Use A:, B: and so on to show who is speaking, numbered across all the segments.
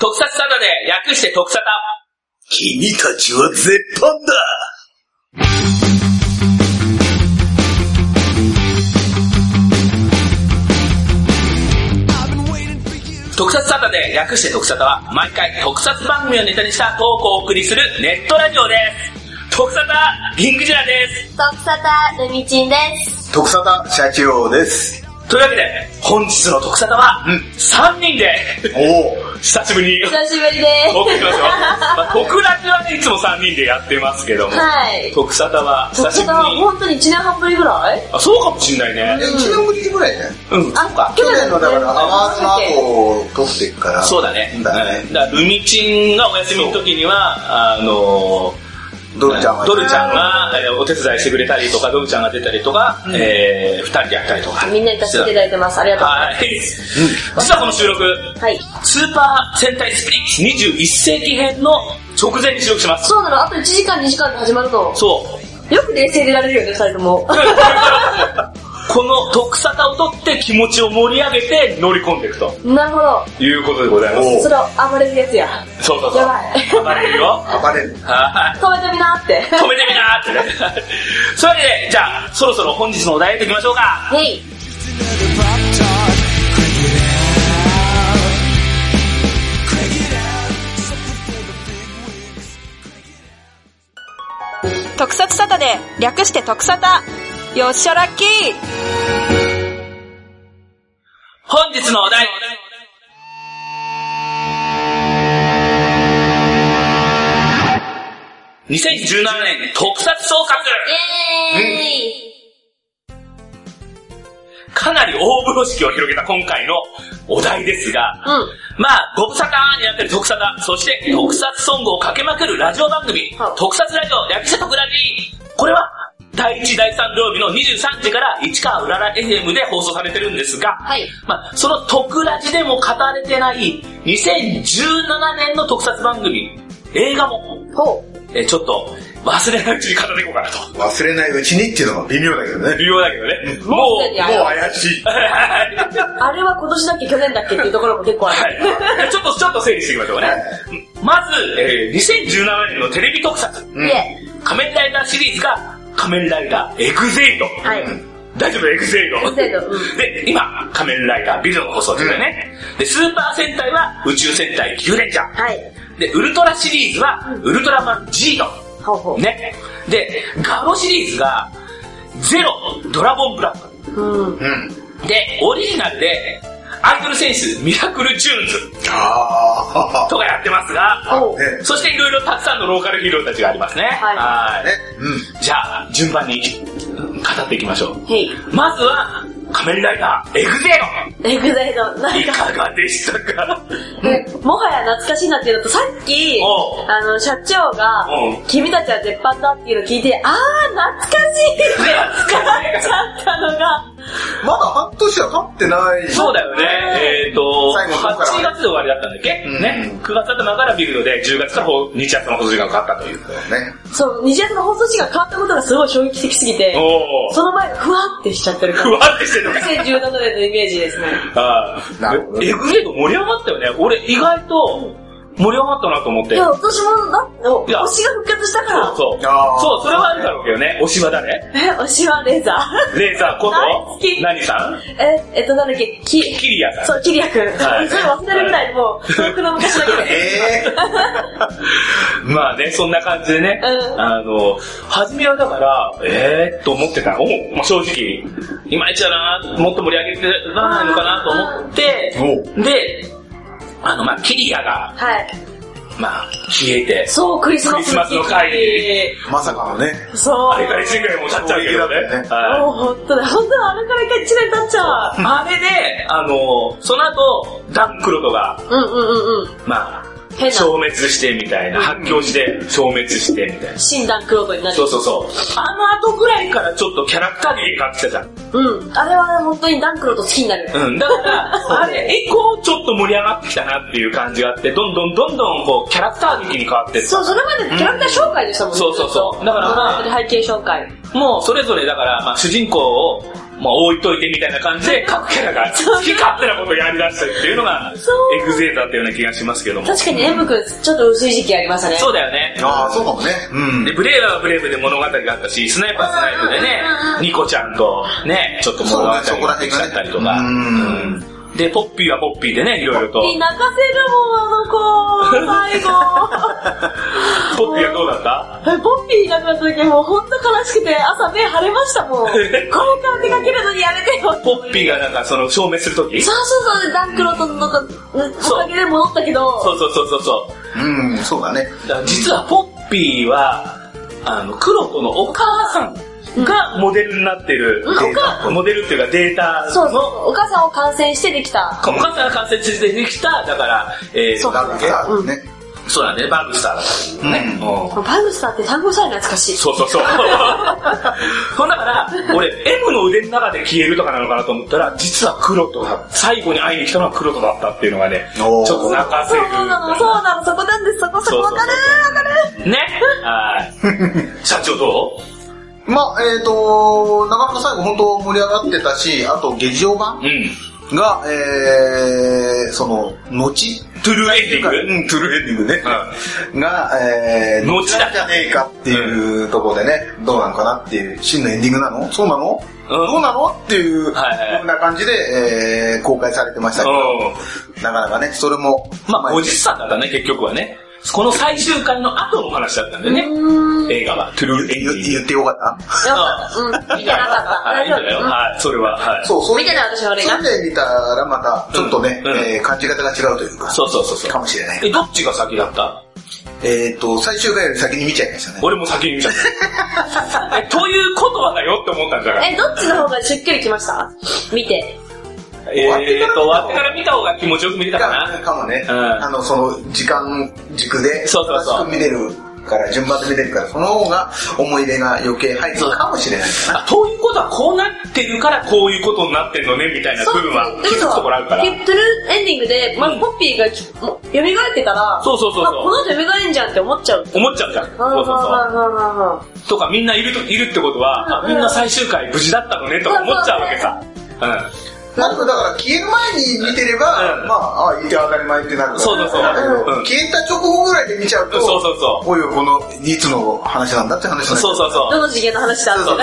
A: 特撮サタデー、略して特サタ。
B: 君たちは絶版だ
A: 特撮サタデー、略して特サタは、毎回特撮番組をネタにしたトークをお送りするネットラジオです。特サタ、ギングジラです。
C: 特サタルミチンです。
B: 徳沙汰社長です。
A: というわけで、本日の特サタは、
B: うん
A: 3人で、
B: お
A: 久しぶりに
C: 久しぶりです。
A: お送りします よ。まあ、特ラジはね、いつも3人でやってますけども、
C: はい。
A: 特サタは久
C: 特
A: し
C: サ
A: ぶ
C: タ
A: り
C: は
A: に、
C: 本当に1年半ぶりぐらい
A: あ、そうかもしんないね。
B: 1年ぶりぐらいね。
A: うん、そうか。
B: 去年のだから、アワーズの
C: あ
B: 後を撮ってっから。
A: そうだね。うんだ
B: だね。
A: からルミチンがお休みの時には、あのー、
B: ドルちゃんは。
A: ドルちゃんがえーお手伝いしてくれたりとか、ドルちゃんが出たりとか、えー、二人でやったりとか。
C: みんなに助けていただいてます。ありがとうござい
A: はい。実はこの収録、
C: ます。はい。
A: スーパー戦隊スピリッツ21世紀編の直前に収録します。
C: そうなの、あと1時間2時間で始まるの。
A: そう。
C: よく冷静でいられるよね、2人とも。
A: この特撮を取って気持ちを盛り上げて乗り込んでいくと
C: なるほど。
A: いうことでございま
B: おう
C: それを暴れるやつや。
A: す。そうそうそう。
C: やばい
A: 暴れるよ。
B: 暴れる。
A: はい。
C: 止めてみなって。
A: 止めてみなーってね。 そういうわけで、じゃあ、そろそろ本日のお題やっていきましょうか。
C: へい。
D: 特撮サタデー、略して特サタ。よっしゃラッキー
A: 本日のお題。2017年特撮総括
C: イェーイ。
A: かなり大風呂敷を広げた今回のお題ですが、
C: うん。
A: まあ、ご無沙汰になってる特撮だ。そして、特撮ソングをかけまくるラジオ番組、
C: はい
A: 特撮ラジオ、略して特ラジ。これは、第1、第3土曜日の23時から市川うらら FM で放送されてるんですが、
C: はい。
A: まあ、その特ラジでも語れてない2017年の特撮番組、映画も、
C: ほ
A: えーちょっと忘れないうちに語っていこうかなと。
B: 忘れないうちにっていうのが微妙だけどね。
A: 微妙だけどね。も
C: うすで
A: う、
C: にあ
B: もう
C: れは
B: 怪しい。
C: あれは今年だっけ、去年だっけっていうところも結構ある。
A: はい。ちょっと、ちょっと整理していきましょうね。まず、えー2017年のテレビ特撮、
B: うん
C: いえ。
A: 仮面ライダーシリーズが、仮面ライダーエグゼイド。
C: はい。
A: 大丈夫、エグゼイド。
C: エグゼイドうん
A: で、今、仮面ライダービルドの放送ですよね。で、スーパー戦隊は宇宙戦隊キューレンジャー。
C: はい。
A: で、ウルトラシリーズは、ウルトラマン G の、
C: ほうほう。
A: ね。で、ガロシリーズが、ゼロ、ドラゴンブラック。
C: う
B: うん。
C: ん。
A: で、オリジナルで、アイドル選手、ミラクルチューンズ
B: あ
A: とかやってますが、
C: ほ
B: あ。
C: う
B: ね。。
A: そしていろいろたくさんのローカルヒーローたちがありますね。
C: はい
A: は
B: ね。うん。
A: いじゃあ、順番にうん語っていきましょう。
C: へい。
A: まずは、仮面ライダー、エグゼ
C: エグザイド、な
A: ロ
C: ん
A: い
C: か。
A: かがでしたか
C: もはや懐かしいなっていうのと、さっき
A: おう、
C: あの、社長が
A: うん、
C: 君たちは絶版だっていうのを聞いて、あー、懐かしいって使っちゃったのが、
B: まだ半年は経ってない。
A: そうだよね。えっ、と、
B: 最後の方から
A: 8月で終わりだったんだっけ、
B: うん
A: ね。9月頭からビルドで、10月からほ日月の放送時間がかかったという。
B: ね。
C: そう、虹月の放送時間変わったことがすごい衝撃的すぎて、
A: おー。
C: その前、ふわってしちゃってるか
A: ふ
C: ら。
A: わってしてるのか。
C: 2017年のイメージですね。
A: ああ
B: なるほど
A: エグレード盛り上がったよね。俺意外と盛り上がったなと思って。
C: い
A: そ
C: や、
A: う
C: 私も、なん
A: いや
C: 推しが復活したから。
A: そう。
B: あー
A: そう、それはあるだろうけどね。推しは誰
C: え、推しはレーザー。
A: レーザーこ
C: 大
A: と
C: 好き
A: 何さん
C: え、えっと、なんだっけ、キ、
A: キリアさん。
C: そう、キリア君。
A: はい
C: それ忘れるぐらい、もう、遠くの昔だけで。
B: ええ。
A: まあね、そんな感じでね、
C: うん
A: あの、初めはだから、えーっと思ってた。おまあ、正直、いまいちだな、もっと盛り上げてならないのかなと思って、で、あの、まあ、キリアが、
C: はい。
A: まあ、消えて、
C: そう、クリスマ
A: ク
C: ス
A: リスマスの会に
B: まさかのね。
C: そう。
A: あれから1年ぐらいもう経っちゃうけどね
B: 衝撃だっ。た
A: はい
C: もう本当だ、本当だ、あれから一回一年経っちゃう。
A: あれで、あの、その後、ダンクロトが、
C: うんうんうんうん。
A: まあ、
C: 変な
A: 消滅してみたいな、発狂して消滅してみたいな。
C: 診断クロートになる。
A: そうそうそう。あの後ぐらいからちょっとキャラクター劇が変わってきたじゃん。
C: うん。あれはね、本当にダンクロート好きになる。
A: うん、だ から、あれ以降ちょっと盛り上がってきたなっていう感じがあって、どんどんどんどんこう、キャラクター劇に変わってった
C: そう、それまでキャラクター紹介でしたもんね。
A: そうそうそう
C: ずっと
A: だから
C: ドラマで背景紹介。
A: もうそれぞれだから、まあ、主人公を、まあ置いといてみたいな感じで、各キャラが好き勝手なことをやりだしたっていうのが
C: そう、
A: エグゼーターっていうような気がしますけども。
C: 確かに M 君、ちょっと薄い時期ありましたね。
A: そうだよね。
B: ああ、そうかもね。うん
A: で、。ブレーブはブレーブで物語があったし、スナイパーはスナイプでね、ニコちゃんとね、ちょっと物語ができちゃったりとか。
B: そうねそこら辺がね
A: うんで、ポッピーはポッピーでね、いろいろと。
C: 泣かせるもん、あ の
A: ポッピーはどうだった
C: 子、最後。ポッピーいなくなった時もうほんと悲しくて、朝目腫れました もん。これから出かけるのにやめてよ。
A: ポッピーがなんかその、証明するとき
C: そうそうそう、ダンクロとのか、おかげで戻ったけど、
A: そうそうそうそうそう。
B: うん、そうだね。
A: だから実はポッピーは、あの、クロコのお母さんがモデルになってる、
B: んお母
A: モデルっていうかデータの、
C: そうそうお母さんを感染してできた。
A: お母さんが完成してできた、だから、えー、
C: そう
B: だから、
C: うん
B: ね。
A: そうなんだね、バグスターだからね。うん
C: バグスターって単語さえ懐かしい。
A: そうそうそう。 そうだから、俺、M の腕の中で消えるとかなのかなと思ったら、実は黒とだ、最後に会いに来たのは黒とだったっていうのがね、ちょ
B: お
A: っ
B: ー
A: と泣かせ
C: そ
A: る
C: う。なの、そうなの、そこなんです、そこそこ、わかるわかる
A: ね。 はい。社長ど
B: まあ、えっ、と、なかなか最後本当盛り上がってたし、あと劇場版
A: ううん。
B: が、えー、その、後
A: トゥルーエンディング
B: うん、トゥルーエンディングね。が、えー、
A: 後だ
B: なんじゃねえかっていうところでね、どうなのかなっていう、真のエンディングなのそうなの、
A: うん
B: どうなのっていう、よう
A: はいはい
B: な感じで、えー、公開されてましたけど、なかなかね、それも、
A: まあ、50歳だったね、結局はね。この最終回の後の話だったんでね。映画は、トゥルーエンデ
B: 言
A: ィング。
B: 言ってよかった
C: よかった、うん、見てなかった。
A: はい、いいんだよ。はい、それは、はい。
B: そう、そう。
C: 見てない私悪いな
B: それで見たらまた、ちょっとね、
A: うんうん
B: えー感じ方が違うというか、
A: そうそうそうそう。
B: かもしれない。
A: え、どっちが先だった
B: えっ、ー、と、最終回より先に見ちゃいましたね。
A: 俺も先に見ちゃ った。えということはだよって思ったんだから。
C: え、どっちの方がしっくりきました見て。
A: え
B: 終
A: ーと、終わ
B: わ
A: っ
B: ってて
A: か
B: から
A: 見た方が気持ちよく見れたかな。
B: かもね、
A: うん
B: あの、その、時間軸で、
A: そうそうそう
B: 正しく見れるから、順番で見れるから、その方が思い出が余計入るかもしれないかな。
A: あということはこうなってるからこういうことになってんのねみたいな部分は気づくところあるから。
C: でトゥルーエンディングで、ま
A: うん
C: あ、ポッピーがきもう蘇ってから、
A: そうそうそうそう
C: まあこの人蘇んじゃんって思っちゃう。
A: 思っちゃうじゃん。そうそうそう。
C: う
A: とかみんないると、いるってことは、
C: うん
A: あ
C: うん
A: みんな最終回無事だったのねとか思っちゃうわけさ。うん。
B: まずだから、消える前に見てれば、
A: うん
B: まあ、あ、いて当たり前ってなるから。
A: そうそうそう
B: だけど
A: うん
B: 消えた直後ぐらいで見ちゃうと、
A: そうそうそう
B: おいおい、この、いつの話なんだって話なん
A: そうそう
C: う
A: そ
C: ん。
A: う。
C: どの次元の話だ
B: そうそう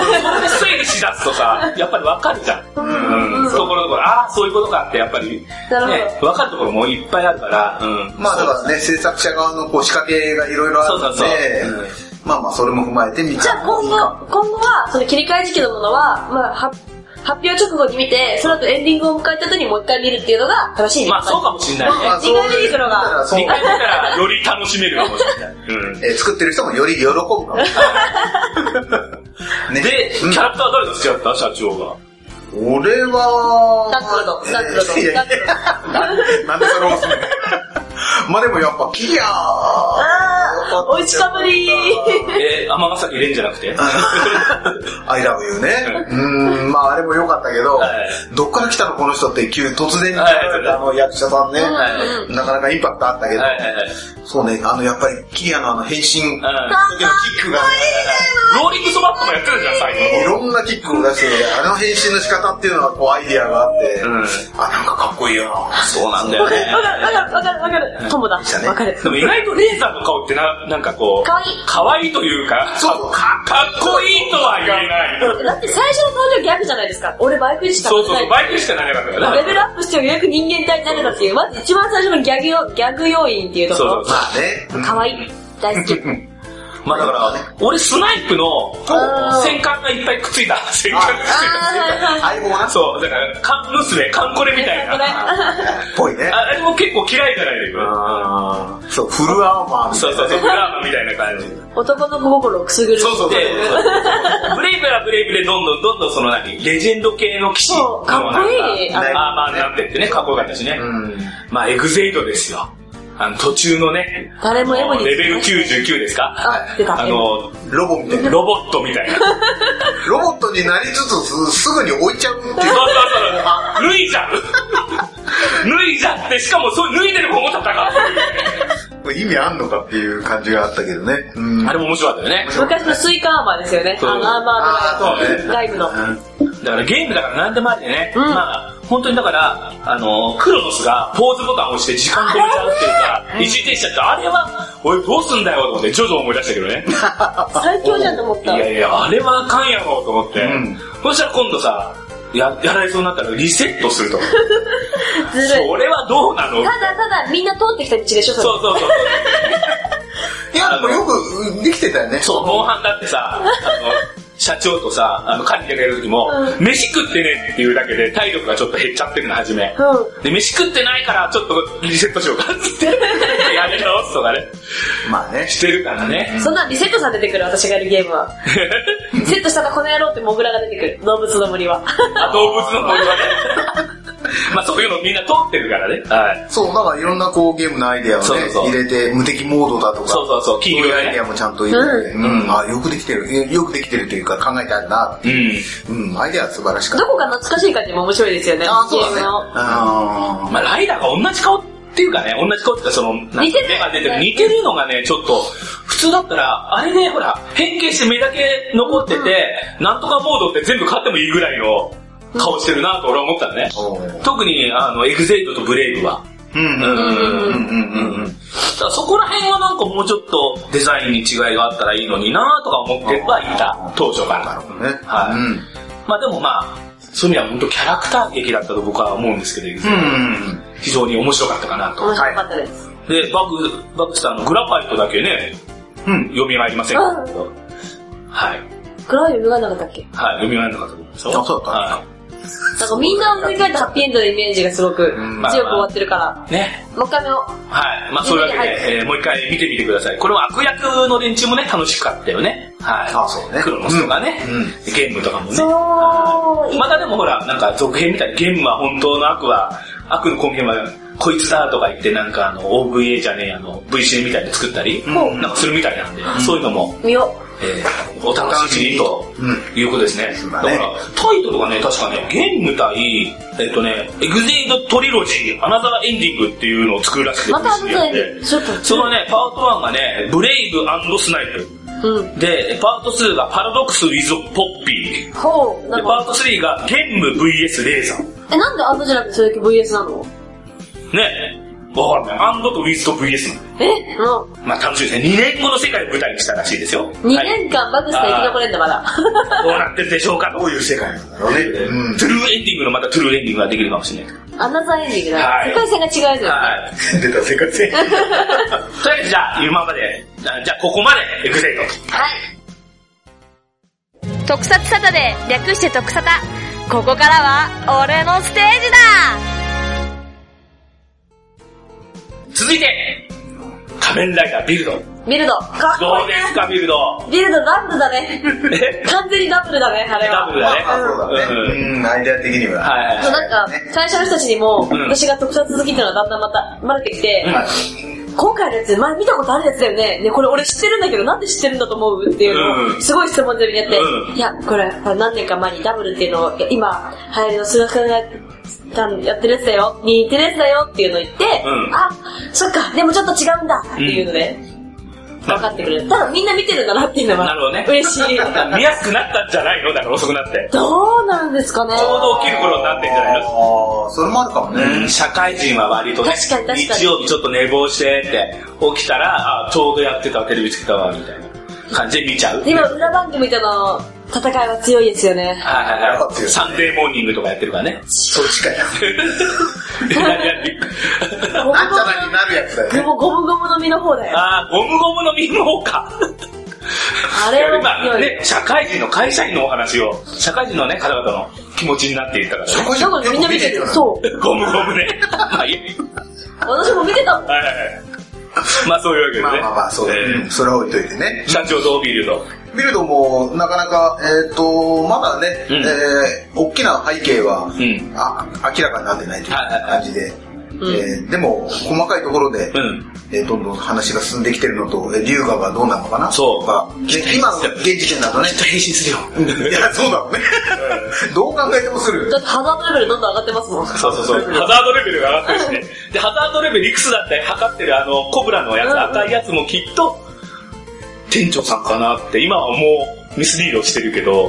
A: 整理しだすとさ、やっぱりわかるじゃん。
B: ん
A: うん。ところどころ、ああ、そういうことかってやっぱり、ね
C: なるほど、
A: わかるところもいっぱいあるから、うん。
B: まあだからね、制作者側のこう仕掛けがいろいろあるので、
A: そうそうそう
B: まあまあそれも踏まえてみ
C: じゃあ今後、今後は、その切り替え時期のものは、まあ、は発表直後に見て、その後エンディングを迎えた後にもう一回見るっていうのが正しいね
A: まあそうかもしんないね。
B: まあ
C: 意外といいのが
B: そう
A: 2回目からより楽しめるかもしれない。 うん
B: えー作ってる人もより喜ぶかも。
A: で、キャラクターは
B: ねうん
A: 誰が好きだった社長が。
B: 俺は、
C: ダンクルド、ダンクルド
B: いや、い
C: ダ
B: や
C: ンクルド。
B: なんでそれを すんのまあでもやっぱ、キリア
C: あー、美味しかぶりー。
A: えー、尼崎蓮じゃなくて
B: アイラブユーね。うーん、まああれも良かったけど、
A: はい
B: どっから来たのこの人って急に突然に来
A: はい
B: たあの役者さんね、
A: は
B: なかなかインパクトあったけど、
A: はいはいはい。
B: そうね、あのやっぱりキリアのあの変身、
A: うん
B: 時のキックが、
A: ローリングソバットもやってるじゃん、最
B: い
A: 後の方。
B: ろんなキックを出して、あの変身の仕方っていうのはこうアイディアがあって、
A: うん
B: あ、なんかかっこいいよな。
A: そうなんだ
C: わかる、わかる、わかる、わかる、わかる。友だ。わかる。
A: でも意外とレーザーの顔ってな、なんかこう、
C: かわいい
A: 可愛いというか、
B: そう
A: かかっこいいとは言えない。
C: だって最初の登場ギャグじゃないですか。俺バイクにしか
A: そう
C: 乗れ
A: そう
C: な
A: そう、
C: い。
A: バイクしかなれなかったから
C: レベルアップしてようやく人間体になれたっていう、まず一番最初のギャグよ、ギャグ要因っていうとこ
A: そう
C: ろ。
A: そう
B: まあね。うん
C: 可愛い 大好き。
A: まあだから、俺スナイプの
C: あー
A: 戦艦がいっぱいくっついた。戦艦がくっついた。
B: 相棒な。
A: そう、だから、カン娘、カンコレみたい
C: これ
A: な。
B: っぽいね。
A: あれも結構嫌いじゃないですか。
B: そう、フルアーマーみた
A: そ
B: いうな。
A: そうそう、ブラーマみたいな感じ。
C: 男の子心をくすぐる。
A: そうそうそう。ブレイブはブレイブでどんどんどんどんその何、レジェンド系の騎士の
C: そうかっこいい
A: なんかアーマーになってってね、かっこよかったしね。
B: うん
A: まあエグゼイドですよ。あの途中のね、
C: 誰も M に
A: レベル99ですか
C: あ出た
A: あの、
B: ロボみたいな。
A: ロボットみたいな。
B: ロボットになりつつ、すぐに置いちゃうって
A: そうそうそう
B: いう。
A: 脱いじゃん脱いじゃって、しかもそう脱いでる方も戦う
B: これ意味あんのかっていう感じがあったけどね。うん
A: あれも面白かったよね。
C: 昔のスイカアーマーですよね。あ
A: そう
C: のアーマーと
B: あーそう
C: か、
B: ね
C: 外部の。
A: だだからゲームだから何でもありでね、
C: うん
A: まあ、本当にだから、あのクロノスがポーズボタンを押して時間止めちゃうっていうか、一時停止しちゃって、あれは、俺どうすんだよと思って、徐々思い出したけどね。
C: 最強じゃんと思っ
A: い
C: た。
A: やいや、あれはあかんやろと思って、
B: うん
A: そしたら今度さ、ややられそうになったらリセットす ると。
C: ずるい。
A: それはどうなの
C: ただただみんな通ってきた道でしょ、
A: そう
C: それ。
A: そうそう。
B: いや、でもよくできてたよね。
A: そう、モンハンだってさ、あの、社長とさ、あの、管理でやる時も、
C: う
A: 飯食ってねっていうだけで体力がちょっと減っちゃってるの、初め。
C: う
A: で、飯食ってないから、ちょっとリセットしようかっつ って、やり直すとかね、
B: まあね。
A: してるからね。
C: そんなんリセットさん出てくる、私がやるゲーム は。リセットしたらこの野郎ってモグラが出てくる。動物の森 は。
A: あ動物の森はね。 まあそういうのみんな通ってるからね。はい。
B: そう、だからいろんなこうゲームのアイデアをね、
A: そうそう
B: 入れて、無敵モードだとか、
A: そうそうそう、
B: そう
A: 金
B: い
A: 色
B: う
A: が
B: アイデ
A: ね
B: ア。もちゃんと入れて、
A: う
B: うんん、あ、よくできてる、えよくできてるというか考えてあるな、
A: う
B: うん、アイデアは素晴らしかっ
C: ど
B: た。
C: こか懐かしい感じも面白いですよね。
B: あ、そう
C: ゲームの。
B: だ
A: ん。ま
B: ね。
A: あライダーが同じ顔っていうかね、同じ顔っていうかその、なんか
C: 似てる
A: 目が出てる。似てるのがね、ちょっと、普通だったら、あれね、ほら、変形して目だけ残ってて、なんとかモードって全部買ってもいいぐらいの顔してるなと俺は思ったのね。
B: うん。
A: 特に、あの、エグゼイドとブレイブは。
B: う
A: う
B: ん。うん。
A: ん
B: うん。うん。うん。
A: だからそこら辺はなんかもうちょっとデザインに違いがあったらいいのになとか思ってはいた、当初か
B: なる
A: ら。
B: ほどね。
A: はいまあでもまあ、そういう意味では本当キャラクター劇だったと僕は思うんですけど、
B: うん。
A: 非常に面白かったかなと。
C: 面白かったです。
A: で、バグ、バグさんのグラファイトだけね、
B: うん。うん。
A: 読み上がりませんけど、はい。
C: 黒い部がなかったっけ
A: はい、読み上がらなかったと思いますよ。
B: あそうだった
A: は
C: なんかみんな思い返ってハッピーエンドのイメージがすごく
B: ん
C: 強く終わってるから。
A: い。ね。
C: もう一回目を。
A: はい。まあそういうわけ
C: はい
A: で、えーもう一回見てみてください。これは悪役の連中もね、楽しかったよね。はい。
B: あそうね
A: クロノスとかね、
B: うんうん
A: ゲームとかもね。
C: そう、い
A: またでもほら、なんか続編みたいに、ゲームは本当の悪は、悪の根源はこいつだとか言って、なんかあの、OVA じゃねえ、あの、VC みたいに作ったり、
B: ん
A: なんかするみたいなんで、そういうのも、
C: 見よ
A: えーお楽しみにと
B: うん
A: いうことですね。
B: そう
A: だ
B: だ
A: か
B: ね
A: ら、タイトルがね、確かね、ゲーム対、えっとね、エグゼイドトリロジー、アナザーエンディングっていうのを作るらしくて、
C: またあの
A: VC やっ
C: ね
A: て、
C: ちょっと。
A: そのね、パート1がね、ブレイブスナイプ。
C: うん。
A: で、パート2がパラドックス・ウィズ・ポッピー。
C: ほう、な
A: で、
C: ん
A: パー
C: か。
A: ト3が、ゲーム VS レーザー。
C: え、なんでアンドじゃなくてそれだけ VS なの
A: ねえ。わかんない。アンドとウィズと VS なの。
C: えうん。
A: まあ楽しみですね。2年後の世界を舞台にしたらしいですよ。
C: 2
A: はい
C: 年間バグスター生き残れんだから。
A: どうなってるでしょうかと。
B: どういう世界なん だろうね。
A: トゥルーエンディングのまたトゥルーエンディングができるかもしれない。
C: アナザーエンディングだ。
A: はい
C: 世界線が違うやつだ。
A: はい。
B: 出た世界線。
A: とりあえずじゃあ、今まで、じゃあじゃあここまでエグゼイドと。
C: はい。
D: 特撮サタデー、略して特サタ。ここからは、俺のステージだ
A: 続いて、仮面ライダービルド。ど
C: ビルド。かっこいうい
A: です
C: ね。
A: か、ビルド。
C: ビルドダブルだね。
A: え
C: 完全にダブルだね、あれ
A: ダ
C: は。
A: ブルだね。
B: あ、そうだね。うん、アイデア的には。
A: はい
C: そうなんか、会社の人たちにも、
A: うん
C: 私が特撮好きっていうのがだんだんまた生まれてきて、
A: はい。
C: 今回のやつ、前見たことあるやつだよね。ね、これ俺知ってるんだけど、なんで知ってるんだと思うっていうの
A: うん
C: を、すごい質問攻めにやって、
A: うん
C: いや、これ、何年か前にダブルっていうのを、いや今、流行りの数学がやってるやつだよ、似てるやつだよっていうのを言って、
A: うん
C: あ、そっか、でもちょっと違うんだっていうので、分かってくれる。ただみんな見てるんだなっていうの
A: なるほど
C: は
A: ね、
C: 嬉しい。
A: うん。見やすくなったんじゃないのだから遅くなって。
C: どうなんですかね
A: ちょうど起きる頃になってんじゃないの
B: ああ、それもあるかもね。
A: 社会人は割とね
C: 確かに確かに
A: 日曜日ちょっと寝坊してって起きたらあちょうどやってたわテレビつけたわみたいな感じで見ちゃう
C: 今、裏番組との戦いは強いですよね。
A: はいはい
B: よか
A: は
B: った
A: い
B: よ
A: サンデーモーニングとかやってるから ね
B: そっちかよ。
A: いやいやびっくり
C: ゴムゴム
B: なんちゃらになるやつだよね。
C: ゴムゴムの身の方だよ。
A: あーゴムゴムの身の方か
C: あれ
A: いやま
C: は
A: あ
C: 強い
A: ね。社会人の会社員のお話を社会人のね方々の気持ちになっていったからね
C: だからみんな見てる。そう。
A: ゴムゴムねまあいい
C: 私も見てたもん。
A: はいはいはいまあそういう
B: ま
A: わ
B: あ
A: けでね
B: まあまあ、そうだね
A: え
B: うんそれは置いといてね
A: ー。社長とビルド
B: ビルドも、なかなか、えっと、まだね、
A: うん
B: えー大きな背景は
A: ん、
B: あ明らかになってないという感じで。えーでも、細かいところで
A: う、ん
B: えーどんどん話が進んできてるのと、えー龍河がどうなのかな
A: そう
B: とかで今の現時点だとね。
A: 変身するよ
B: いや、そうだろうね。どう考えてもするよね
C: だ。ってハザードレベルどんどん上がってますもん。
A: そうそうそう。 ハザードレベルが上がってるしね。で、ハザードレベルいくつだって測ってるあの、コブラのや
C: うん
A: つ、赤いやつもきっと、店長さんかなって、今はもうミスリードしてるけど、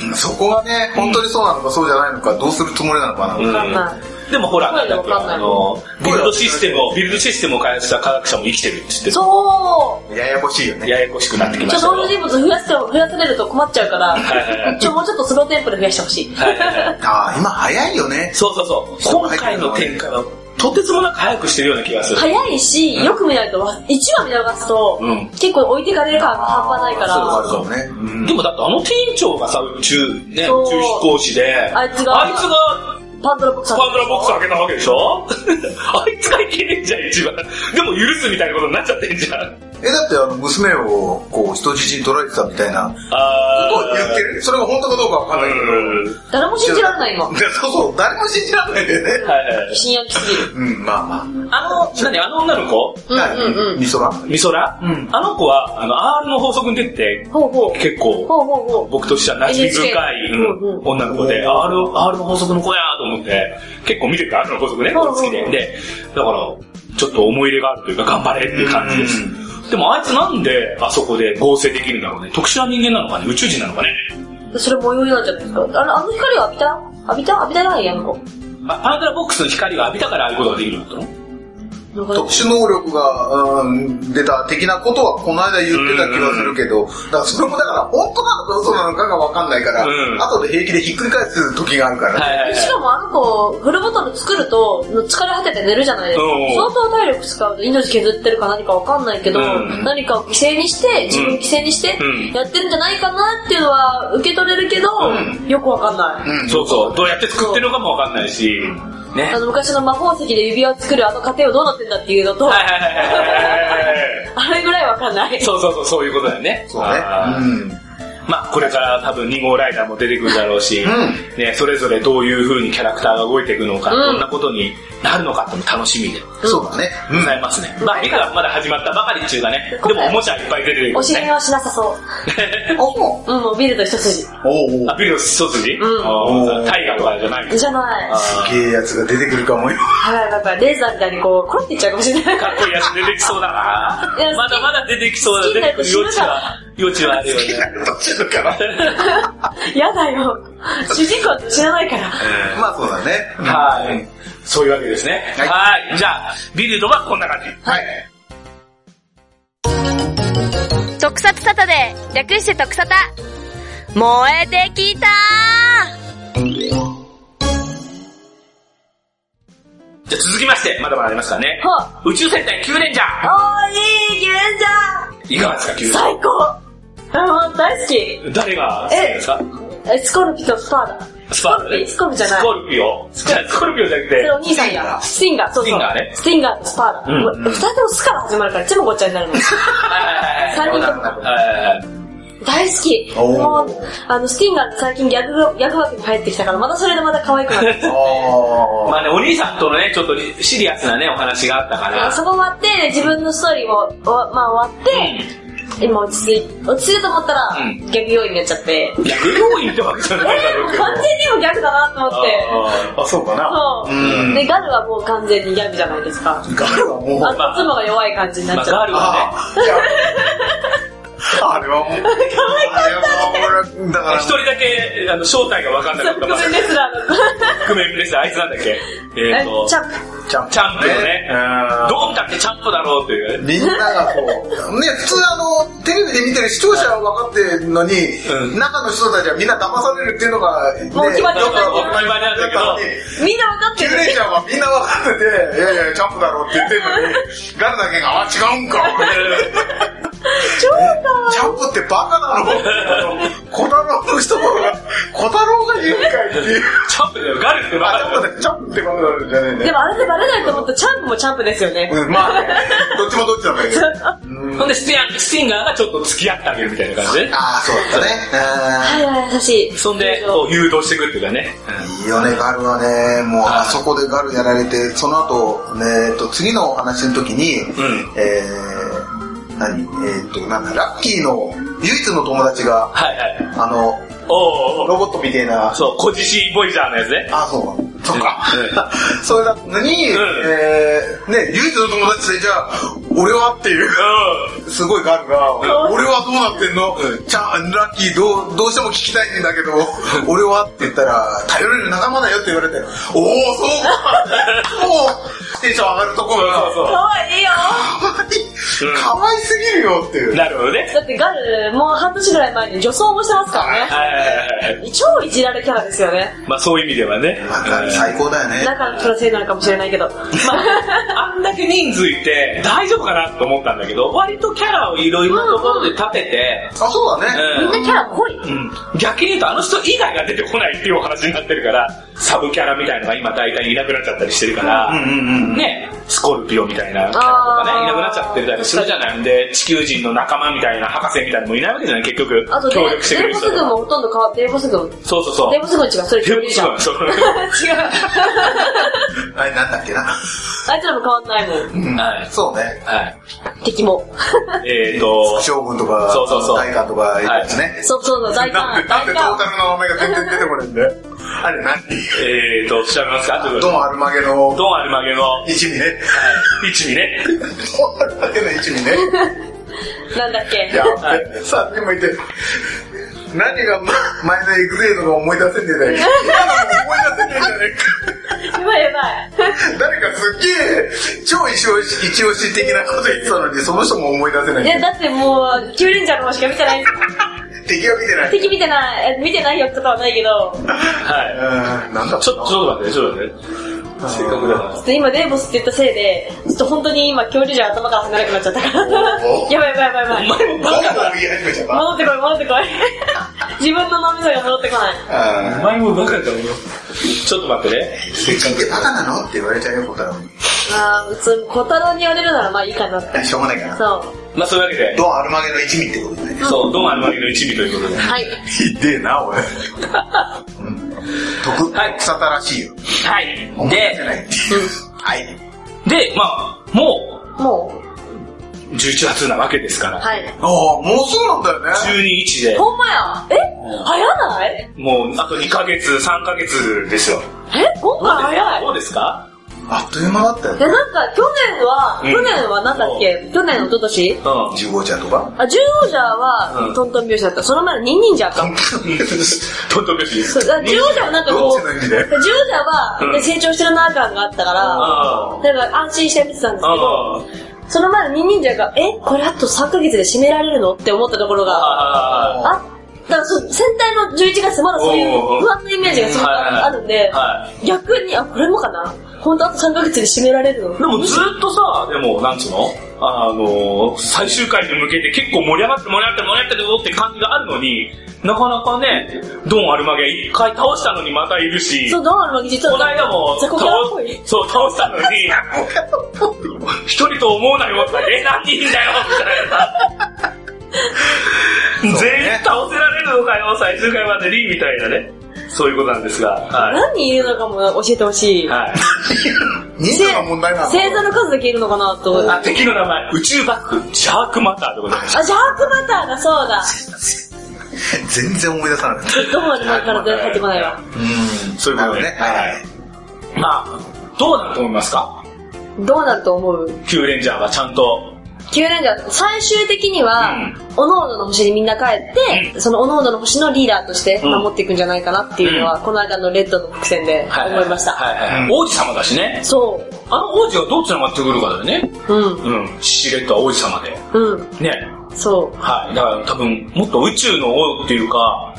B: うんそこがね、本当にそうなのかそうじゃないのか、どうするつもりなのかな。
A: うん
C: かんない
A: でもほら、
C: そうだ
A: なんだ
C: よ
A: っけ
C: わかんない
A: あの、ビルドシステムを、ビルドシステムを開発した科学者も生きてるって言って
C: そ
B: ややこしいよね。
A: ややこしくなってき
C: う
A: ま
C: ちょ
A: し
C: ったと
A: けど
C: 登場人物増やしても増やされると困っちゃうから
A: はいはいはい
C: ちょもうちょっとスローテンポで増やしてほしい
A: はいはいはい
B: ああ、今早いよね。
A: そうそうそう。今回の展開は、とてつもなく早くしてるような気がする。
C: 早いし、よく見ないとわ、1話見逃すと、
A: うん
C: 結構置いてかれる感が半端ないか
B: そうあ
C: ら、
B: るかもね。うん
A: でもだってあの店長がさ、宇宙、ね、宇
C: そう
A: 宙飛行士で、
C: あいつが
A: あいつが
C: パンドラボック
A: パ
C: ス
A: ンドラボックス開けたわけでしょ あいつがいけねえじゃん、一番。でも許すみたいなことになっちゃってんじゃん。
B: え、だってあの、娘を、こう、人質に取られてたみたいな。
A: あ
B: こう言ってる。それが本当かどうかわかんないけど。
A: う
C: 誰も信じられない今
B: い。やそうそう、誰も信じられないんだよね。
A: ん。はいはい。
C: 深夜きすぎる。
B: うん、まあまあ。
A: あの、何あの女の子
C: うんうんうん。
B: ミソラ
A: 美空、
B: うん
A: あの子は、あの、R の法則に出て、
C: ほうほう。
A: 結構、
C: ほうほうほう。
A: 僕としては馴染み深い、
C: NHK
A: うん
C: うんうん
A: 女の子で、R、R の法則の子やと思って、結構見てるから、R の法則ね、
C: うんうん
A: 好きで。で、だから、ちょっと思い入れがあるというか、頑張れっていう感じです。でもあいつなんであそこで合成できるんだろうね。特殊な人間なのかね宇宙人なのかね
C: それ模様になっちゃうんですかあのあの光を浴びた浴びた浴びたないやんの
A: あパンドラボックスの光が浴びたからああいうことができるんだったの
B: 特殊能力が、うん、出た的なことはこの間言ってた気がするけど、だからそれもだから本当なのか嘘なのかがわかんないから、
A: うん
B: 後で平気でひっくり返す時があるから、
A: はいはいはい。
C: しかもあの子、フルボトル作ると、疲れ果てて寝るじゃないですか
A: うんうん。
C: 相当体力使うと命削ってるか何かわかんないけど、
A: うん
C: 何かを犠牲にして、自分を犠牲にして
A: うん、
C: やってるんじゃないかなっていうのは受け取れるけど、
A: うん
C: よくわかんない。
B: うん
A: そうそう。どうやって作ってるのかもわかんないし、ね
C: あ。の昔の魔法石で指輪を作るあの過程をどうなってんだっていうのと、
A: はいはいはいはいはい。
C: あれぐらいわかんない。
A: そうそうそう、そういうことだよね。
B: そうね
A: あー
B: うん
A: まあ、これから多分2号ライダーも出てくるだろうし、
B: う
A: ね、それぞれどういう風にキャラクターが動いていくのか、
C: う
A: ど
C: ん
A: んなことになるのかっても楽しみで
B: そうだね、う
A: ご
B: ん
A: ざいますね。まあ、理科がまだ始まったばかりっていうかね、で
C: 今
A: も
C: 回
A: おもちゃいっぱい出てくる
C: お
A: よ
C: 知り
A: ね。
C: はしなさそう。
B: あそう
C: うん、もうビルド一筋。
B: おうおう
A: あビルの一筋、
C: うん
A: あー大河とかじゃない
C: じゃない。
A: あ
B: すげえやつが出てくるかもよ
C: はい、なんかレーザーみたいにこう、コロっていっちゃうかもしれない
A: ー。かっこいいやつ出てきそうだない
C: や好き
A: まだまだ出てきそうだ。
C: 好き
A: 出
C: にな
A: てく
C: ると
A: る
C: 死
A: 余
C: ぬ
A: 地
C: から
A: は、余地はあるよね。
B: どっちのかな
C: やだよ。主人公って知らないから。
B: まあそうだね
A: はい。そういうわけですね。
B: はい
A: はい。じゃあ、ビルドはこんな感じ。
B: はい
D: 特撮サタデー、略して特サタ。燃えてきた
A: じゃあ続きまして、まだまだありますからね。
C: は
A: 宇宙戦隊キュウレンジャー
C: あ、おーいい、キュレンジャ
A: いかがですか、キュウレン
C: ー
A: ジャ
C: 最高あもう大好きえ、
A: ー誰が好きですか
C: スコルピとスパーだ。
A: スパー
C: スコルピ、スコルピじゃない
A: ス。コルピオ。スコルピオじゃなく
C: それお
A: て、
C: 兄さんや。スティンガー、そうそ
A: ス
C: う。
A: ティンガーね
C: スティンガーとスパーだ。
A: うん
C: もう二人ともスから始まるから、ちもごっちゃにな るの。
A: はい
C: 三人とも。
A: はいはい
C: 大好き。
B: おー
C: もう、あの、スティンガーって最近ギャグが、ギャグ枠に入ってきたから、またそれでまた可愛くなって きた。
A: ま
B: あ
A: あね、お兄さんとのね、ちょっとシリアスなね、お話があったから。
C: そこ終わって、自分のストーリーも、おまあ終わって、今落ち着い、落ち着いたと思ったら、
A: うん
C: ギャグ要員になっちゃ って。
A: いや、不用意ってわけじゃ
C: え
A: ないだろう
C: ー、
A: け
C: 完全にもギャグだなと思って。
A: ど。あー
B: あそうか
C: そうう。
B: ん
C: で、ガルはもう完全にギャグじゃないですか。
B: ガルはもう
C: あと、妻が弱い感じに
A: ま
C: な
A: あ、
C: っちゃ
A: ガー
C: う。
A: ルはね、
B: あいやあれはもうあれはもうだから
A: 一人だけ、あの、正体がわかんなかった
C: ご
A: ま
C: めんレスラーの。
A: ま。覆面ですあいつなんだっけえ
C: え
A: っと、
C: チャンプ。
B: チャン
A: チャンプよね
B: うん
A: どう見たってチャンプだろうと いう。
B: みんながこう、ね、普通あの、テレビで見てる視聴者は分かってるのに、
A: うん
B: 中の人たちはみんな騙されるっていうのが、ね、
C: もう決まって
A: だ
C: る
A: から、お前までなんだけど、
C: みんな分かって
B: キュ
C: る。
B: レーちゃんはみんな分かってて、いやいや、チャンプだろうって言ってるのに、ガルだけが、あ、違うんか。
C: 超かわいい
B: チャンプってバカなの小太郎の人頃が、小太郎が言うんかいっていう。
A: チャンプだよ、ガルって
B: あ、
A: ば
B: チャンプだ、チャンプってバカなんじゃないね。
C: でもあれでバレないと思ったらチャンプもチャンプですよね。
B: うん、まあね、どっちもどっちなんだけど。
A: ほんでスティン、スティンガーがちょっと付き合ってあげるみたいな感じで。
B: ああ、そうだったね。うん
C: はいはい、優しい。
A: そんで、こう誘導していくっていうかね。
B: いいよね、ガルはね、もう
A: はい
B: あそこでガルやられて、その後、ね、えっと、次のお話の時に、
A: ん
B: えー、何えーっと、なんだ、ラッキーの唯一の友達が、
A: はいはい。
B: あの、
A: おーおー
B: ロボットみたいな、
A: そう、小獅子ボイジャーのやつね。
B: あ、そう、とか
A: うん、
B: それだったのに、
A: うん
B: えーね、唯一の友達で、じゃあ、俺はっていう、すごいガルが、俺はどうなってんのちゃん、ラッキーどう、どうしても聞きたいんだけど、俺はって言ったら、頼れる仲間だよって言われて、おおそうかもう、テンション上がるところが、
A: そう
C: かわいいよ
A: うん
B: かわいすぎるよっていう。
A: なるほどね。
C: だってガル、もう半年ぐらい前に女装もしてますからね。
A: はいはいはいはい。
C: 超いじられキャラですよね。
A: まあそういう意味ではね。
B: また最高だよね。
C: 中の人のせいなのかもしれないけど。まあ、
A: あんだけ人数いて大丈夫かなと思ったんだけど、割とキャラをいろいろなところで立てて、
B: あ、そうだね。
A: う
C: みん
A: ん
C: なキャラ濃い。
A: うん逆に言うとあの人以外が出てこないっていうお話になってるから、サブキャラみたいのが今大体いなくなっちゃったりしてるから、ね、スコルピオみたいなキャラとか
C: あー
A: ね、いなくなっちゃってるから、下じゃないんで、地球人の仲間みたいな博士みたいなのもいないわけじゃない、結局
C: あと、。デ
A: 協力してくれ
C: ー
A: る
C: ボ
A: 人
C: ス軍もほとんど変わって、デーボス軍。デ
A: そうそうそう。
C: ーボス軍違う、それ
A: デ
C: 恐
A: ブ
C: 竜じゃん。 違う。
A: そう
B: あれなんだっけな。
C: あいつらも変わんないもん。
A: はい
B: そうね。
A: はい。
C: 敵 も。
A: えーと、
B: 副将軍とか、
A: そうそうそう
B: 大官とかいるやつね。
C: そうそうそう、大
B: な
C: 胆
B: ん。で、なんで
C: 大
B: トー
C: 胆
B: タ。ルの名前が全然出てこないんだよ。 あれ何
A: えーと、調べますか
B: ドンアルマゲの
A: ドンアルマゲの
B: 一味ね。
A: 位置にね。
B: ドンアルマゲの一味ね。
C: なんだっけ
B: い。や
A: は、
B: さあ、でもいて、何が前のエグゼイドが思い出せねえんだよ。今のも思い出せねえじゃね
C: やばいやば い。
B: えか。誰かすっげえ、超一押し、一押し的なこと言ってたのに、その人も思い出せない
C: いや、だってもう、キュウレンジャーの方しか見てない。
B: 敵は見てない。
C: 敵見てない、え見てないよとかはないけど、ちょ
A: はい。
B: うん、なん
A: ち
B: だ
A: ょ、ちょっと待って、ちょっと待って。せっかくだから。
C: っと今デーボスって言ったせいで、ちょっと本当に今、キュウレンジャー頭から離れなくなっちゃったから。
B: おー
C: やばいやばいやばいやば
A: お
C: い。
A: 前も
B: ボン
A: バカ
B: ボン
A: だ。
B: 言い始めちゃった。
C: 戻ってこい、戻ってこい。自分の脳みそが戻ってこない。
B: うん
A: お前もバカだよ。ちょっと待ってね。
B: 世間ってバカなのって言われちゃうよ、小太郎に。
C: あー、その小太郎に言われるならまあいいかなって。
B: しょうがないかな。
C: そう。
A: まあそういうわけで、
B: ドアアルマゲの一味ってことね。
A: そう、ドンアルマゲの一味ということで。
C: はい。
B: ひでえな、俺。うん。徳、
A: はい
B: 草田らしいよ。
A: はい。
B: 思い出せな
A: で、
B: いってはい。
A: で、まあ、も
C: も
A: う、11月なわけですか
C: う、
A: ら。
C: はい。
B: ああ、もうそうなんだよね。
A: 12日で、
C: ほんまやえ早ない
A: もうあと2ヶ月、3ヶ月ですよ。
C: え今回早い
A: どうですか
B: あっという間だったよ
C: いや、。なんか、去年は、
A: うん
C: 去年はなんだっけ去年、一昨年
A: うん。は
B: 15ちゃんとか。
C: あ、十王者
A: う
C: は
A: ん、
C: トントン拍子だった。その前のニンニンジャーか。
A: トントン拍子です。
C: そうあ十王者はなんか
B: ど
C: こ
B: っちの意味で
C: う、十王者は、
A: うん
C: で成長してるなー感があったか
A: あ
C: ら、なんか安心して見てたんですけど、
A: あ
C: その前のニンニンジャーが、えこれあと3ヶ月で締められるのって思ったところが、
A: あ
C: あ、だからそう、戦隊の11月、まだそういう不安なイメージがすごくあるんで、
A: は
C: 逆に、あ、これもかな本当あと3ヶ月で締められるの
A: でもずっとさ、でも、なんつうのあのー、最終回に向けて結構盛り上がって盛り上がって盛り上がってるぞって感じがあるのに、なかなかね、ドンアルマゲ一回倒したのにまたいるし、
C: そう、ドンアルマギ実は、
A: この間も、
C: 雑魚キャラっぽい。
A: 倒そう、倒したのに、一人と思うなよって、え、何人いんだよみたいな。
B: そうね
A: 全員倒せられるのかよ、最終回までに、みたいなね。そういうことなんですが、は
C: 何人いるのかも教えてほしい。
A: い。 はい。
B: 人数が問題なの。
C: 星座の数だけいるのかなと。あ、
A: あ、敵の名前、宇宙バック、シャークマターでございます。
C: ジャークバターがそ うだ。
B: 全然思い出さなかった。
C: ドンアルマギから入ってこないわ。
B: うん
A: そういうことで
B: なるほどね。はいはい。
A: まあ、どうなると思いますか
C: どうなると思う
A: キューレンジャーがちゃんと。
C: キュウレンジャー、最終的に
A: う
C: は
A: ん、
C: おのおのの星にみんな帰って、そのおのおのの星のリーダーとして
A: うん
C: 守っていくんじゃないかなっていうのは、この間のレッドの伏線で思いました。
A: はいはいはい
B: うん
A: 王子様だしね。
C: そ
A: あの王子がどう繋がってくるかだよね。
C: う。うん。
A: うん。シシレットは王子様で。
C: うん。
A: ね。
C: そう。
A: はい。だから多分、もっと宇宙の王っていうか、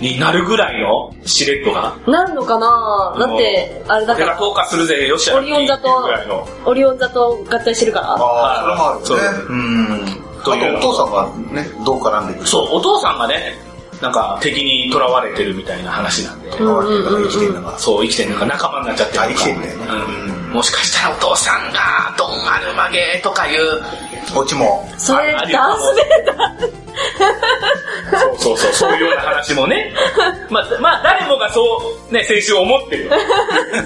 A: になるぐらいのシシレットが。
C: なるのかなだって、あれだか
A: 俺が
C: ら、
A: 投下するぜ、よっしゃ。
C: オリオン座
A: っていうぐらいの
C: と。、オリオン座と合体してるから。
B: ああ、それもあ
A: そう
B: るね。
A: という
B: うん。あとお父さんがね、どう絡んでくる
A: そう、お父さんがね、なんか敵に囚われてるみたいな話なんで。
B: 関わってるから生きてるのが。
A: そう、生きてるのか仲間になっちゃってるのか。
B: あ生きてんだよね
A: うん。もしかしたらお父さんが、ドンマルマゲーとかいう、
B: こっちも。
C: それ、
A: あありがと
C: ダ
A: う
C: ンスベルダー。
A: そうそうそう、そういうような話も ね。まあ、まあ、誰もがそう、ね、先週思って るよ。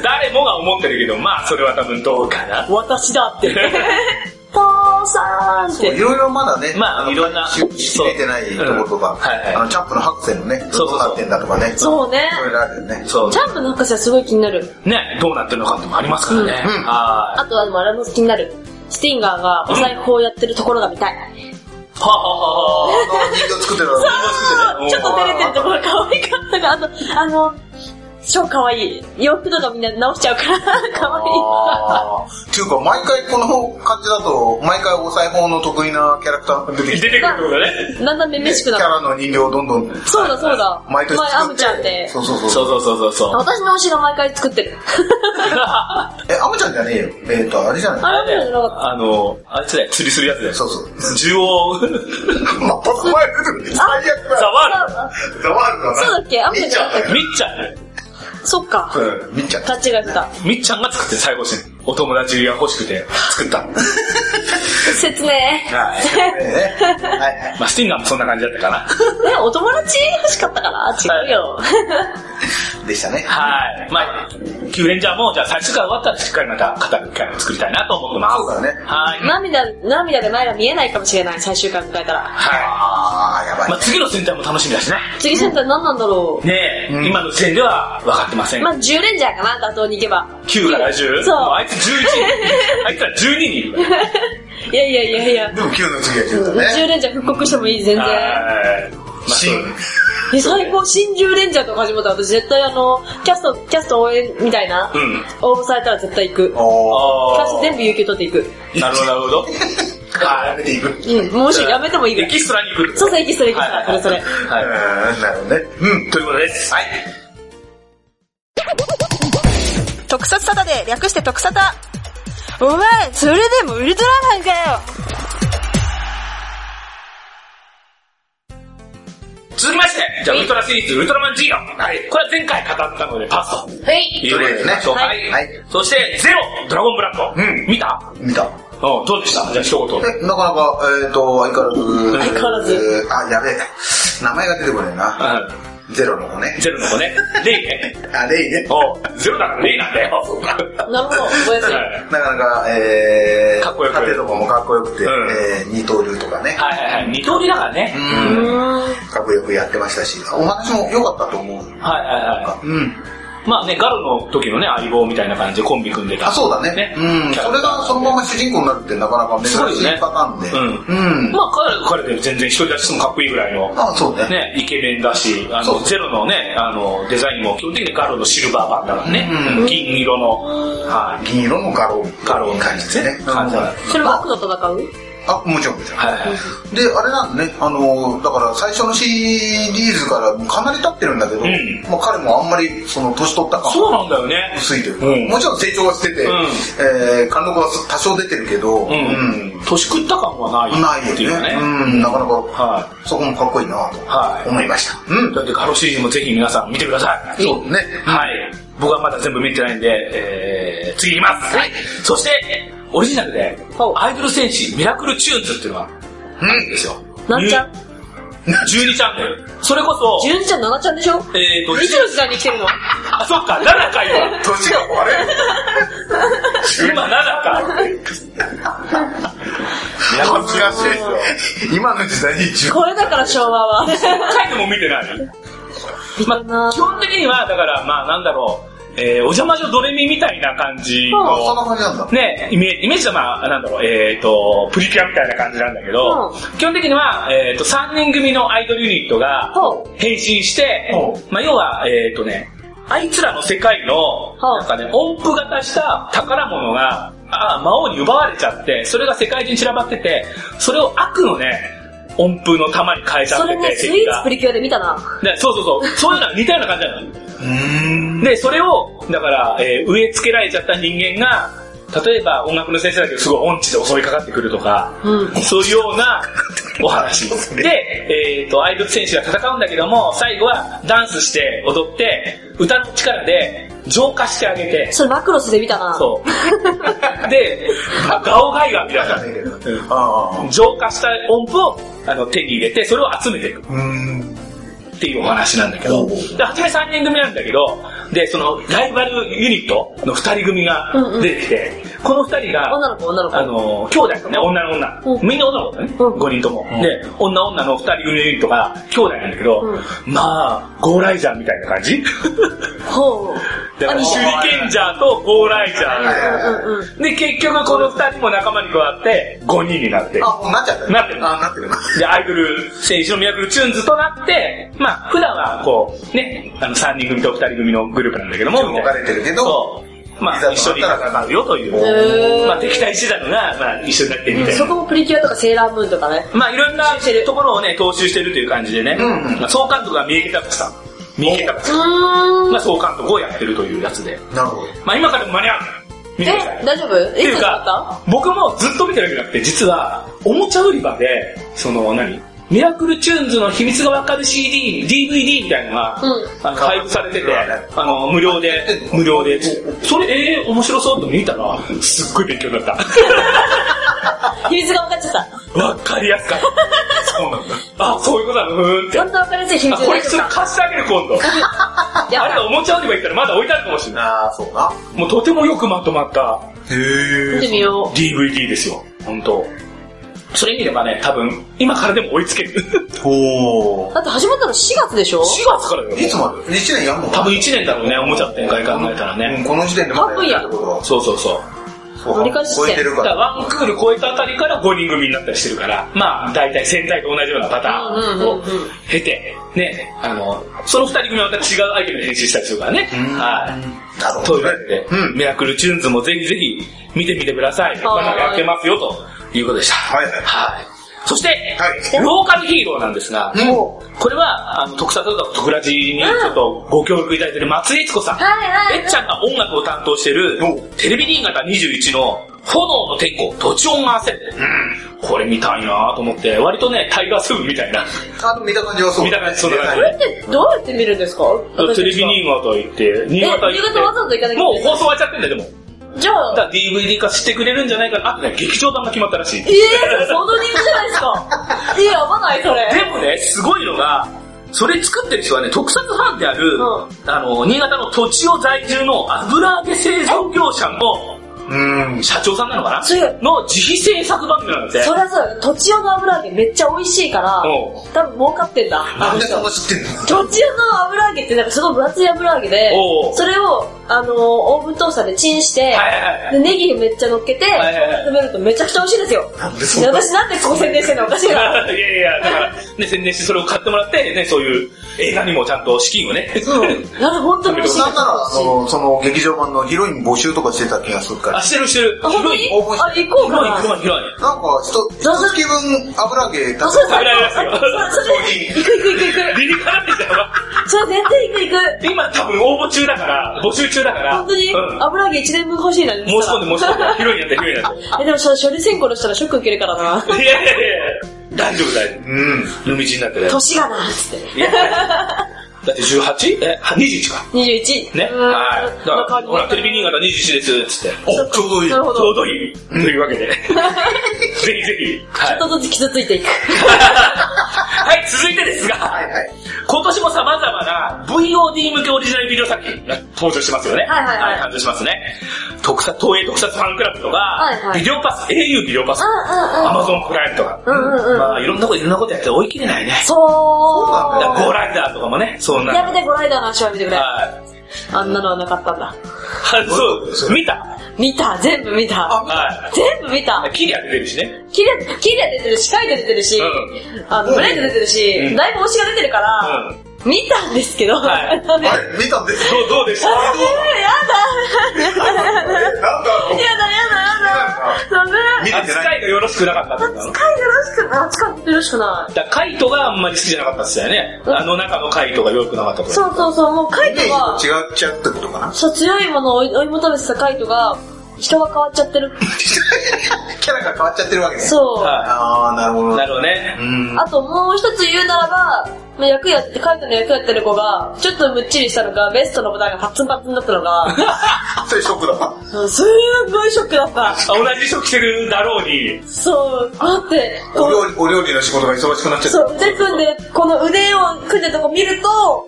A: 誰も が思ってるけど、まあ、それは多分どうかな。
C: 私だって。父さ
A: ーンっ
B: そうい
A: て。
B: ろいろまだね、
A: まあ
B: の
A: いろんな
B: し閉めてないところとか、
A: そううんはいはい
B: あのチャンプの白線のね、
A: そうそうそう
B: どなってんだとかね、
C: そうね。
B: いろいろあるよね。
A: そう
C: ジ。ャンプの博士はすごい気になる。
A: ね、どうなってるのかってもありますからね。
B: うんうん
A: は
C: あとはでもあれも気になる。スティンガーがお財布をやってるところが見たい。
A: い。はははは
B: あの人形作ってるの
A: そう
C: ちょっと照れてるところ可愛かったが、あと、あの、超可愛い。洋服とかみんな直しちゃうから、 可愛い。
B: あーっていうか、毎回この感じだと、毎回お裁縫の得意なキャラクターが出て
A: 出
B: き
A: て
B: て、
A: くるってことね。
C: だんだんめめし
B: キ
C: く
B: ャ
C: なる。
B: ラの人形をどんどん
C: そうだそうだ。
B: 毎年
C: 前ア
B: 作
C: ム
B: っ、
C: ちゃんってて。
B: そうそう
A: そ
B: そうう。
A: そうそうそうそう。
C: 私の推しが毎回作ってる。
B: え、アムちゃんじゃねえよ。えっと、あれじゃ
C: あ
B: ない
C: れアムちゃんじゃなかっ た。
A: あの、あいつだよ、釣りするやつだよ。
B: そう そう。
A: 中 央、
B: まあ、パソコンやると最悪
A: ザ
B: だ。
A: ワ
B: ザワールドだな。
C: そうだっけアムちゃんじゃなかったっ
A: ールみっちゃんね。
C: けそっか。
B: うん、見ちゃった。
C: 勘違いした。
A: みっちゃんが作って最後にお友達が欲しくて作った。
C: 説明。 ね、
A: はい。
B: ねはいはい。
A: まあ、スティンガーもそんな感じだったかな。
C: お友達欲しかったから違 うよ。
B: でしたね。
A: はい。まあ、キューレンジャーも、じゃあ最初から終わったらしっかりまた語る機会を作りたいなと思ってます。
B: そうだね
A: はい。
C: 涙、涙で前が見えないかもしれない、最終回迎えたら。
A: は
B: あー、やば
A: い。
B: い
A: まあ、。次の戦隊も楽しみだしね。
C: 次戦隊何なんだろう。
A: ねえ、
B: うん
A: 今の時点では分かってません。
C: まあ、10レンジャーかな、打倒に行けば。
A: 9から 10?
C: そう
A: もあいつ11。あいつら12人いるから。
C: いやいやいやいや。
B: でも9の次はちょっと
C: 10
B: ね。
C: レンジャー復刻してもいい、全然。
A: はい。まあ、
B: 新
A: そう
C: え最高、新10レンジャーとか始まったら、私絶対あの、キャスト、キャスト応援みたいな、
A: うん。
C: 応募されたら絶対行く。キ
B: おー。
A: あ
C: ャスト全部有給取 っていく。
A: ー。なるほど、なるほど。
B: や
A: は
B: めていく。うん、
C: うん、もしやめてもいいぐ
A: い。エ
C: ら
A: キ
C: い。
A: ストラに行く。
C: そうそう、エキストラ、エキスト
A: はい
C: ラ、それそれ。
A: は
B: なるほどね。うん
A: い。。ということです。はい。
D: 特撮サタで略して特サタ。お前、それでもウルトラマンかよ
A: 続きまして、じゃあ、ウルトラシリーズ、ウルトラマン G の。はい。これは前回語ったので、パスと。
C: はい。
A: いうことでね。
B: はい
A: はい。そして、ゼロ、ドラゴンブラッド。
B: うん
A: 見た
B: 見た。
A: うん、どうでしたじゃあ、一言。
B: え、なかなか、えっ、と、相変わらず。
A: 相
C: 変わらず。
B: あ、やべえ。名前が出てこないな。
A: う
B: ゼロの子ね
A: ん。。ゼロの子ね。レイね。
B: あ、レイね。
A: おうゼロだからレイなんだよ。
C: なるほど、覚えやすい。
A: はい
B: なかなか、えー、
A: かっこよく
B: 縦とかもかっこよくて、
A: うん
B: えー、二刀流とかね。
A: はいはいはい。二刀流だからね。
B: うん
C: うーん。
B: かっこよくやってましたし、お話も良かったと思う。
A: はいはいは
B: うん。
A: い。まあね、ガロの時のね、相棒みたいな感じでコンビ組んでた。
B: あ、そうだね。うん。
A: キャ
B: そ
A: ラ
B: れ
A: クター
B: がそのまま主人公になるってなかなか珍
A: すごい
B: し
A: よね
B: いパターンで。うん。
A: まあ彼、彼で全然一人立ちしてもかっこいいぐらいの。
B: あ、そうね。
A: ね、イケメンだし、あ
B: そう
A: の、
B: そう
A: ゼロのね、あの、デザインも基本的にガロのシルバー版だからね
B: うん。
A: うん銀色の、はい。
B: 銀色の画廊。
A: ガロの
B: 感
A: 感
B: じ
A: じ
B: で
A: で
B: ね
A: す。ね。感じだ
C: それは悪と戦う
B: あ、もちろんもちろん。
A: はいはい。
B: で、あれなんだね、あのーだから最初のシリーズからかなり経ってるんだけど、
A: うん
B: まあ、彼もあんまりその年取った感
A: そうなんだよね。
B: 薄いというか、
A: うん
B: もちろん成長はしてて、
A: うん
B: えー、貫禄は多少出てるけど、
A: うん。年食った感は
B: うん
A: な
B: ない
A: い
B: よ
A: っていうか
B: ね
A: ね。
B: うん、なかなか、
A: は
B: そこもかっこいいなと
A: はい
B: 思いました。うん
A: だってカロシリーズもぜひ皆さん見てください。
B: そうね
A: はい。僕はまだ全部見てないんで、えー、次いきます。はい。そして、オリジナルで、アイドル戦士ミラクルチューンズっていうのがあるんですよ。
C: なんちゃん
A: 12チャンネル。それこそ、
C: 純ちゃん、7ちゃんでしょ
A: えーと、
C: いつの時代に来て るの
A: あ、そっか、7回よ。
B: 年が壊れる
A: 今7回。ミラクルチューン
B: 恥ずかしいですよ。今の時代に10
C: これだから昭和は。
A: 1回でも見てない。
C: 見たな
A: まあ、基本的には、だから、まあ、なんだろう、えー、お邪魔女ドレミみたいな感じ
B: あそんな
A: の、
B: 感じなんだ。
A: ね、イメージ、イメージはまあ、なんだろう、えっ、と、プリキュアみたいな感じなんだけど、
C: う
A: 基本的には、えっ、と、3人組のアイドルユニットが
C: ほ、
A: 変身して
B: ほ、
A: まあ、要は、えっ、とね、あいつらの世界の、
C: ほう
A: なんかね、音符型した宝物が、あ魔王に奪われちゃって、それが世界中に散らばってて、それを悪のね、音符の玉に変えちゃ
C: そ
A: って
C: れ
A: て、
C: ね、ス
A: 敵
C: イー
A: が
C: ツプリキュアで見たな。
A: でそうそうそう。そういうのは似たような感じなの。
B: うーん。
A: で、それを、だから、えー植え付けられちゃった人間が、例えば音楽の先生だけどすごい音痴で襲いかかってくるとか、
C: うん
A: そういうようなお話。 で、えっ、と、アイドル選手が戦うんだけども、最後はダンスして踊って、歌の力で浄化してあげて、
C: それマクロスで見たな。
A: そう。で、ガオガイガーみたいな感じで
B: ああ。う
A: 浄化した音符をあの手に入れて、それを集めていく。
B: ーん。
A: っていうお話なんだけど、
B: うん
A: で、初め3人組なんだけど、で、そのライバルユニットの2人組が
C: うんうん
A: 出てきて、この二人が、
C: 女の子、女の子。
A: あの、兄弟ですね、女の女。
C: うん
A: みんな女の子だね、
C: うん
A: 5人とも。で、女女の2人組のユニットが兄弟なんだけど、
C: う
A: まあ、ゴーライジャーみたいな感 じ
C: ほう。
A: だから、
C: 兄
A: 手
C: 貴
A: 裏剣ジャーとゴーライジャ
B: はい
A: ー。
C: うんうんうん。
A: で、結局この2人も仲間に加わって、5人になって。
B: あ、もうなっちゃったね
A: なってる
B: あ、なってるな。
A: で、アイドル選手のミラクルチューンズとなって、まあ、普段はこう、ね、あの、3人組と2人組のグループなんだけども、
B: 動かれてるけど、
A: そうま
B: いざ
A: あ、
B: とな
A: 一
B: った
A: 緒に戦
B: ら
A: うよとい
C: へ
A: う。
C: ー
A: まあ、敵対してたのが、まあ、一緒になってみたい
C: そ
A: な。
C: こもプリキュアとかセーラームーンとかね。
A: まあ、いろんなところをね、踏襲してるという感じでね、
B: うん
A: まあ総監督が三池拓さん。三池拓
C: う
A: さん
C: ーん
A: が。総監督をやってるというやつで。
B: なるほど。
A: まあ、今からでも間に合う見てください
C: え、大丈夫
A: って
C: い
A: い
C: つ
A: う
C: だった
A: か、僕もずっと見てるわけじゃなくて、実は、おもちゃ売り場で、その、何ミラクルチューンズの秘密がわかる CD、DVD みたいなのが、
C: うん
A: あの配布されてて
B: はい、
A: あの、無料で、無料で、それ、えー、面白そうと見たら、すっごい勉強になっ
C: 秘密が分かっちゃった。
A: た。わかりやすかった。そうなんだ。あ、そういうことなの、ふーんって。
C: 本当分かりやすい秘
A: あ
C: 密
A: こ
C: が
A: れ
C: 出
A: ち
C: て
A: ょ
C: た
A: っと。貸してあげる、今度。
C: や
A: あ
C: っ
A: れがおもちゃ売り場行ったらまだ置いてあるかもしれな
B: あー、そうな。
A: い。もうとてもよくまとまった
C: 見て
B: へ
C: みよ
A: DVD ですよ、本当それ見ればね、多分、今からでも追いつける。
B: ー。ほ
C: う。だって始まったの4月でしょ
A: 4月からだよ。
B: ー。いつまで ?1 年やんの
A: 多分1年だろうね、おもちゃ展開考えたら
B: う
A: ね
B: ん。この時点でまだやってるってことは。
A: そうそうそう。
B: そう
C: 折り返し地点
B: 超えてる
A: だ
B: か
A: から
B: ら。
A: ワンクール超えたあたりから5人組になったりしてるから、まあ、大体戦隊と同じようなパターン
C: うんうんうんう
A: を
C: ん
A: 経て、ね、あの、その2人組はまた違うアイテムで変身したりするからね。
B: うん
A: はい。
B: なるほ
A: と
B: ど
A: いう
B: ね
A: わけで、
B: うん。
A: ミラクルチューンズもぜひぜひ見てみてください。まだやってますよ、ということでした。
B: はいはい
A: はい。そして、
B: はい
A: ローカルヒーローなんですが、これは、あの、特撮とか特ラジにちょっとご協力いただいてる松江悦子さん。
C: はいはい
A: えっちゃんが音楽を担当してる
B: お、
A: テレビ新潟21の、炎の天候、土地音合わせ。これ見たいなと思って、割とね、タイガースープみたいな。
B: あ、でも見た感じはそう。
A: 見た感じそうだね
B: は
C: こ
B: い
C: れってどうやって見るんですか
A: テレビ新潟行って、新
C: え、新
A: 潟行って。
C: 潟わざわざ行かなきゃいけ
A: も
C: な
A: う
C: い
A: 放送終わっちゃってんだよ、でも。
C: じゃ
A: だか
C: あ、
A: ら DVD 化してくれるんじゃないかな。あとね、劇場版が決まったらしい。
C: えー、その理由じゃないで すか。え、やばないそれ。
A: でもね、すごいのが、それ作ってる人はね、特撮ファンである、
C: う
A: あの、新潟の土地を在住の油揚げ製造業者の
B: うん。
A: 社長さんなのかな
C: そういう
A: の自費制作番組なんだって。
C: そりゃそうだよ土地用の油揚げめっちゃ美味しいから
A: う、
C: 多分儲かってんだ。
B: なんでそんな知ってんの
C: 土地用の油揚げってなんかすごい分厚い油揚げで
A: おう、
C: それを、あのー、オーブントースターでチンして
A: はいはいは、い
C: で、ネギめっちゃ乗っけて
A: いはいはい、
C: 食べるとめちゃくちゃ美味しいですよ。
B: なんでそんな
C: 私なんでここ宣伝してんのおか しい
A: い
C: な。
A: やいやいや、だから、ね、宣伝してそれを買ってもらって、ね、そういう映画にもちゃんと資金をね。
C: うん。なんか本当に美味しい
B: なんなら、その、その劇場版のヒロイン募集とかしてた気がするから
A: あ、。してるしてる。
C: あ、本当
A: 広
C: に
A: い。
B: 応募
C: あ、行こうか
A: 広い、
C: な。
A: 広い、広い。
B: なんか、ひと、ひと月分油揚げ
C: あ、
B: 食
C: そうだ、
A: 食べられますよ
C: それ、行く行く行く行
A: 理にかなってたよ。
C: く。それ全然行く行く。
A: 今多分応募中だから、募集中だから。
C: 本当に
A: うん
C: 油揚げ1年分欲しいな。申
A: 申し込んで申し込んで。広いになって、広いになって。
C: え、でもそれ処理選考のしたらショック受けるからな。
A: いやいやいやいや大丈夫大丈
B: べうん。
A: 夫。飲み地になってね。
C: 年がな、つって。
A: いやだって 18? え、は21か。
C: 21。
A: ね。
C: うーん
A: はい。だから、ほら、テレビ新潟21です、つって。
B: お、ちょうどいい。
C: なるほ
A: ちょう
C: ど。
A: どいい。というわ けで。ぜひぜひ。はい
C: ちょっとずつ傷ついていく。
A: はい、続いてですが、
B: はいはい。
A: 今年も様々な VOD 向けオリジナルビデオ作品が登場しますよね。
C: はいはいはい
A: 誕生しますね。特撮、東映特撮ファンクラブとか、
C: はいはい
A: ビデオパス、au ビデオパス、
C: うんうんうん
A: Amazon プライムとか、
C: うんうんうん
A: まあいろんなこといろんなことやって追い切れないね。
C: そ
A: だからゴー
C: う。
A: ライダーとかもね、そんな。
C: やめて、ゴライダーの足は見てくれ。
A: はい。
C: あんなのはなかったんだ。
A: はい、そう、見た
C: 見た、全部見た。
A: は
C: 全部見た
A: い。。キリア出てるしね。
C: キレ、キレ出てるし、カイト出てるし、
A: う
C: あの、ブレイド出てるし、
A: うん
C: だいぶ推しが出てるから、見たんですけど、
A: はい
C: ダメ
B: あれ、見たんです
A: どう、どうでした
C: あやだやだやだやだやだ
B: なんだろう
C: ダメ
B: 見れて
A: 扱
B: ない。
A: いがよろしくなかったってことなの
C: 使いよろしくない使いよろしくない
A: だからカイトがあんまり好きじゃなかったっすよね。
C: うん
A: あの中のカイトがよくなかったと。
C: そうそうそうもうカイ
B: イ
C: ト
B: メージ
C: が
B: と違っちゃうってことか な。
C: そう強いものを追い追い求めてたカイトが人が変わっちゃってる
B: キャラが変わっちゃってるわけね。う。
C: そう、
A: は
B: あー、なるほど。
A: なるほどね
B: う。ん。
C: あともう一つ言うならばまあ役やって、カイトの役やってる子が、ちょっとむっちりしたのが、ベストのボタンがパッツンパッツンだったのが、
B: それショックだわ。
C: うんすんごいショックだった。
A: あ同じ職してるだろうに、
C: そう、だって、こ
B: お
C: う
B: 料理、お料理の仕事が忙しくなっちゃった。
C: そう、腕組んで、この腕を組んでるとこ見ると、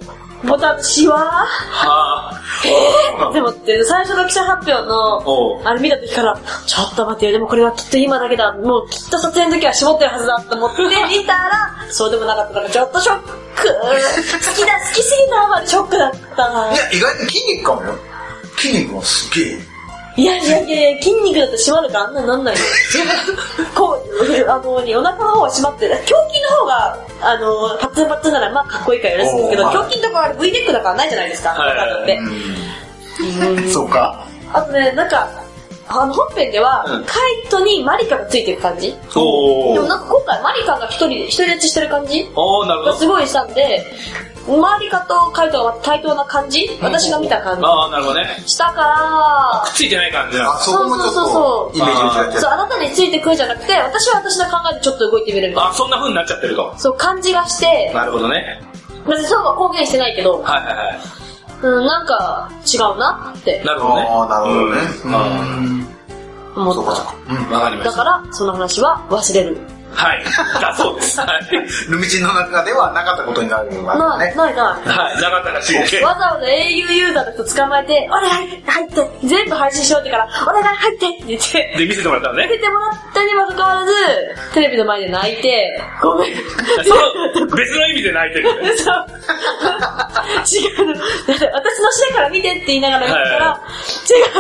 C: 私は
A: はあ。
C: でもって、最初の記者発表
A: おう
C: の、あれ見た時から、ちょっと待ってよ、でもこれはきっと今だけだ、もうきっと撮影の時は絞ってるはずだと思って見たら、そうでもなかったから、ちょっとショック。好きだ、好きすぎたまでショックだったな。
B: いや、意外に筋肉かもよ。筋肉もすげえ。
C: いやいやいやいや、筋肉だって締まるからあんなにな んないよ。こう、あの、お腹の方は締まってる。胸筋の方が、あの、パッツンパッツンならまあかっこいいからやるんですけど、
B: おー
C: 胸筋とかあれ V ネックだからないじゃないですか、
A: はいはいはい
C: なんで
B: うん。そうか。
C: あとね、なんか、あの本編では、
A: うん
C: カイトにマリカがついてる感じ
A: おー
C: でもなんか今回マリカが一人、一人立ちしてる感じ
A: おー、なるほ
C: が
A: ど。
C: すごいしたんで、マリカとカイトが対等な感じ私が見た感
A: ああ、なるほどね。
C: じしたから、
A: くっついてない感じなん
B: あ
A: だ。
B: そこもちょっ
C: そうそうそう
A: そ
B: と
A: う
B: イメージを違って
C: そう、あなたについてくるじゃなくて、私は私の考えでちょっと動いてみるみたい
A: あ、そんな風になっちゃってると
C: な。。そう、感じがして、
A: なるほどね。
C: 別にそうは公言してないけど、
A: はいはいはい。
C: うん、なんか違うなって
A: なるほどね。
B: あーなるほどね
A: うん
C: 思
B: そう
C: っ
B: か
C: た。
B: そうか。
A: うんわかりま
C: だ
A: した。
C: から、その話は忘れる。
A: はい。 だそうです。はい。
B: ルミチンの中ではなかったことになるのが
C: な
B: ね
C: い、。ないな
A: はい。なかったらしいで
C: い。わざわざ au ユーザーの人捕まえて、お願い、入って、全部配信しようってから、お願い、入ってって言って、
A: で、見せてもらったの
C: 出
A: ね。
C: てもらったにもかかわらず、テレビの前で泣いて、ごめん。
A: その、別の意味で泣いてる。
C: そう。違うの。私のしだから見てって言いながら見たら、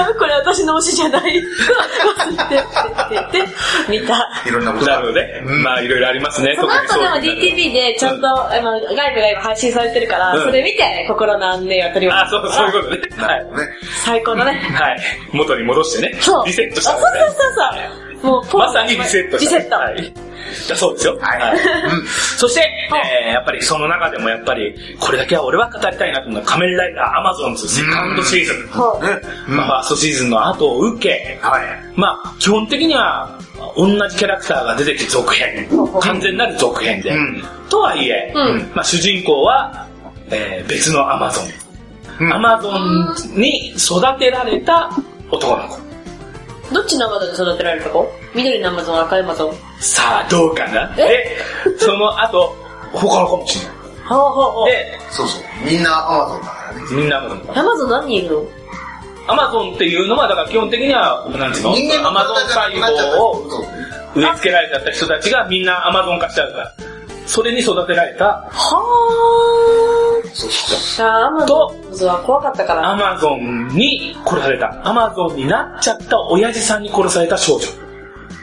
C: 違う、これ私の推しじゃない。忘れてって言って、見た。
B: いろんなこと
A: な
B: が
A: るほどね。
B: うん
A: まあ、いろいろありますね。
C: その後でも
A: 特にそういう
C: DTV でちゃんと、あの外部が今配信されてるから、
A: うん
C: それ見て心の安寧を取り戻
A: あ、そう、そういうことね。はい。
B: ね。
C: 最高だね。
A: はい。元に戻してね。
C: そう。
A: リセットした
C: あ
A: ん
C: そ
A: です
C: う
A: ね
C: そうそうそう。もうポー
A: ま
C: ズ
A: さにリセット
C: リ
A: し
C: セ
A: た。
C: ット。
A: はい。だそうですよ。
B: はい
A: うんそして、えーやっぱりその中でもやっぱり、これだけは俺は語りたいなと思うのは仮面ライダーアマゾンズセカンドシーズン。
C: そう
B: ね。うん
A: まあ、ファーストシーズンの後を受け、
B: はい。
A: まあ、基本的には、同じキャラクターが出てきて続 編。完全なる続編で。
B: うん
A: とはいえ、
C: うん
A: まあ、主人公は、えー別のアマゾン。
B: うん
A: アマゾンに育てられた男の子。
C: どっちのアマゾンで育てられた子緑のアマゾン、赤いアマゾン。
A: さあ、どうかな
C: え
A: で、その後、他の子もしれない。
C: ほうほうほう。
A: で、
B: そうそう。みんなアマゾンだからね。
A: みんなアマゾン。
C: アマゾン何人いるの
A: アマゾンっていうのは、だから基本的には、なんていうの
B: 人間
A: アマゾン細
B: になっちゃった
A: 胞を植え付けられちゃった人たちがみんなアマゾン化しちゃうから。それに育てられた
C: はー。
B: そうそう
C: じゃあ、アマゾンは怖かったから。
A: アマゾンに殺された、アマゾンになっちゃった親父さんに殺された少女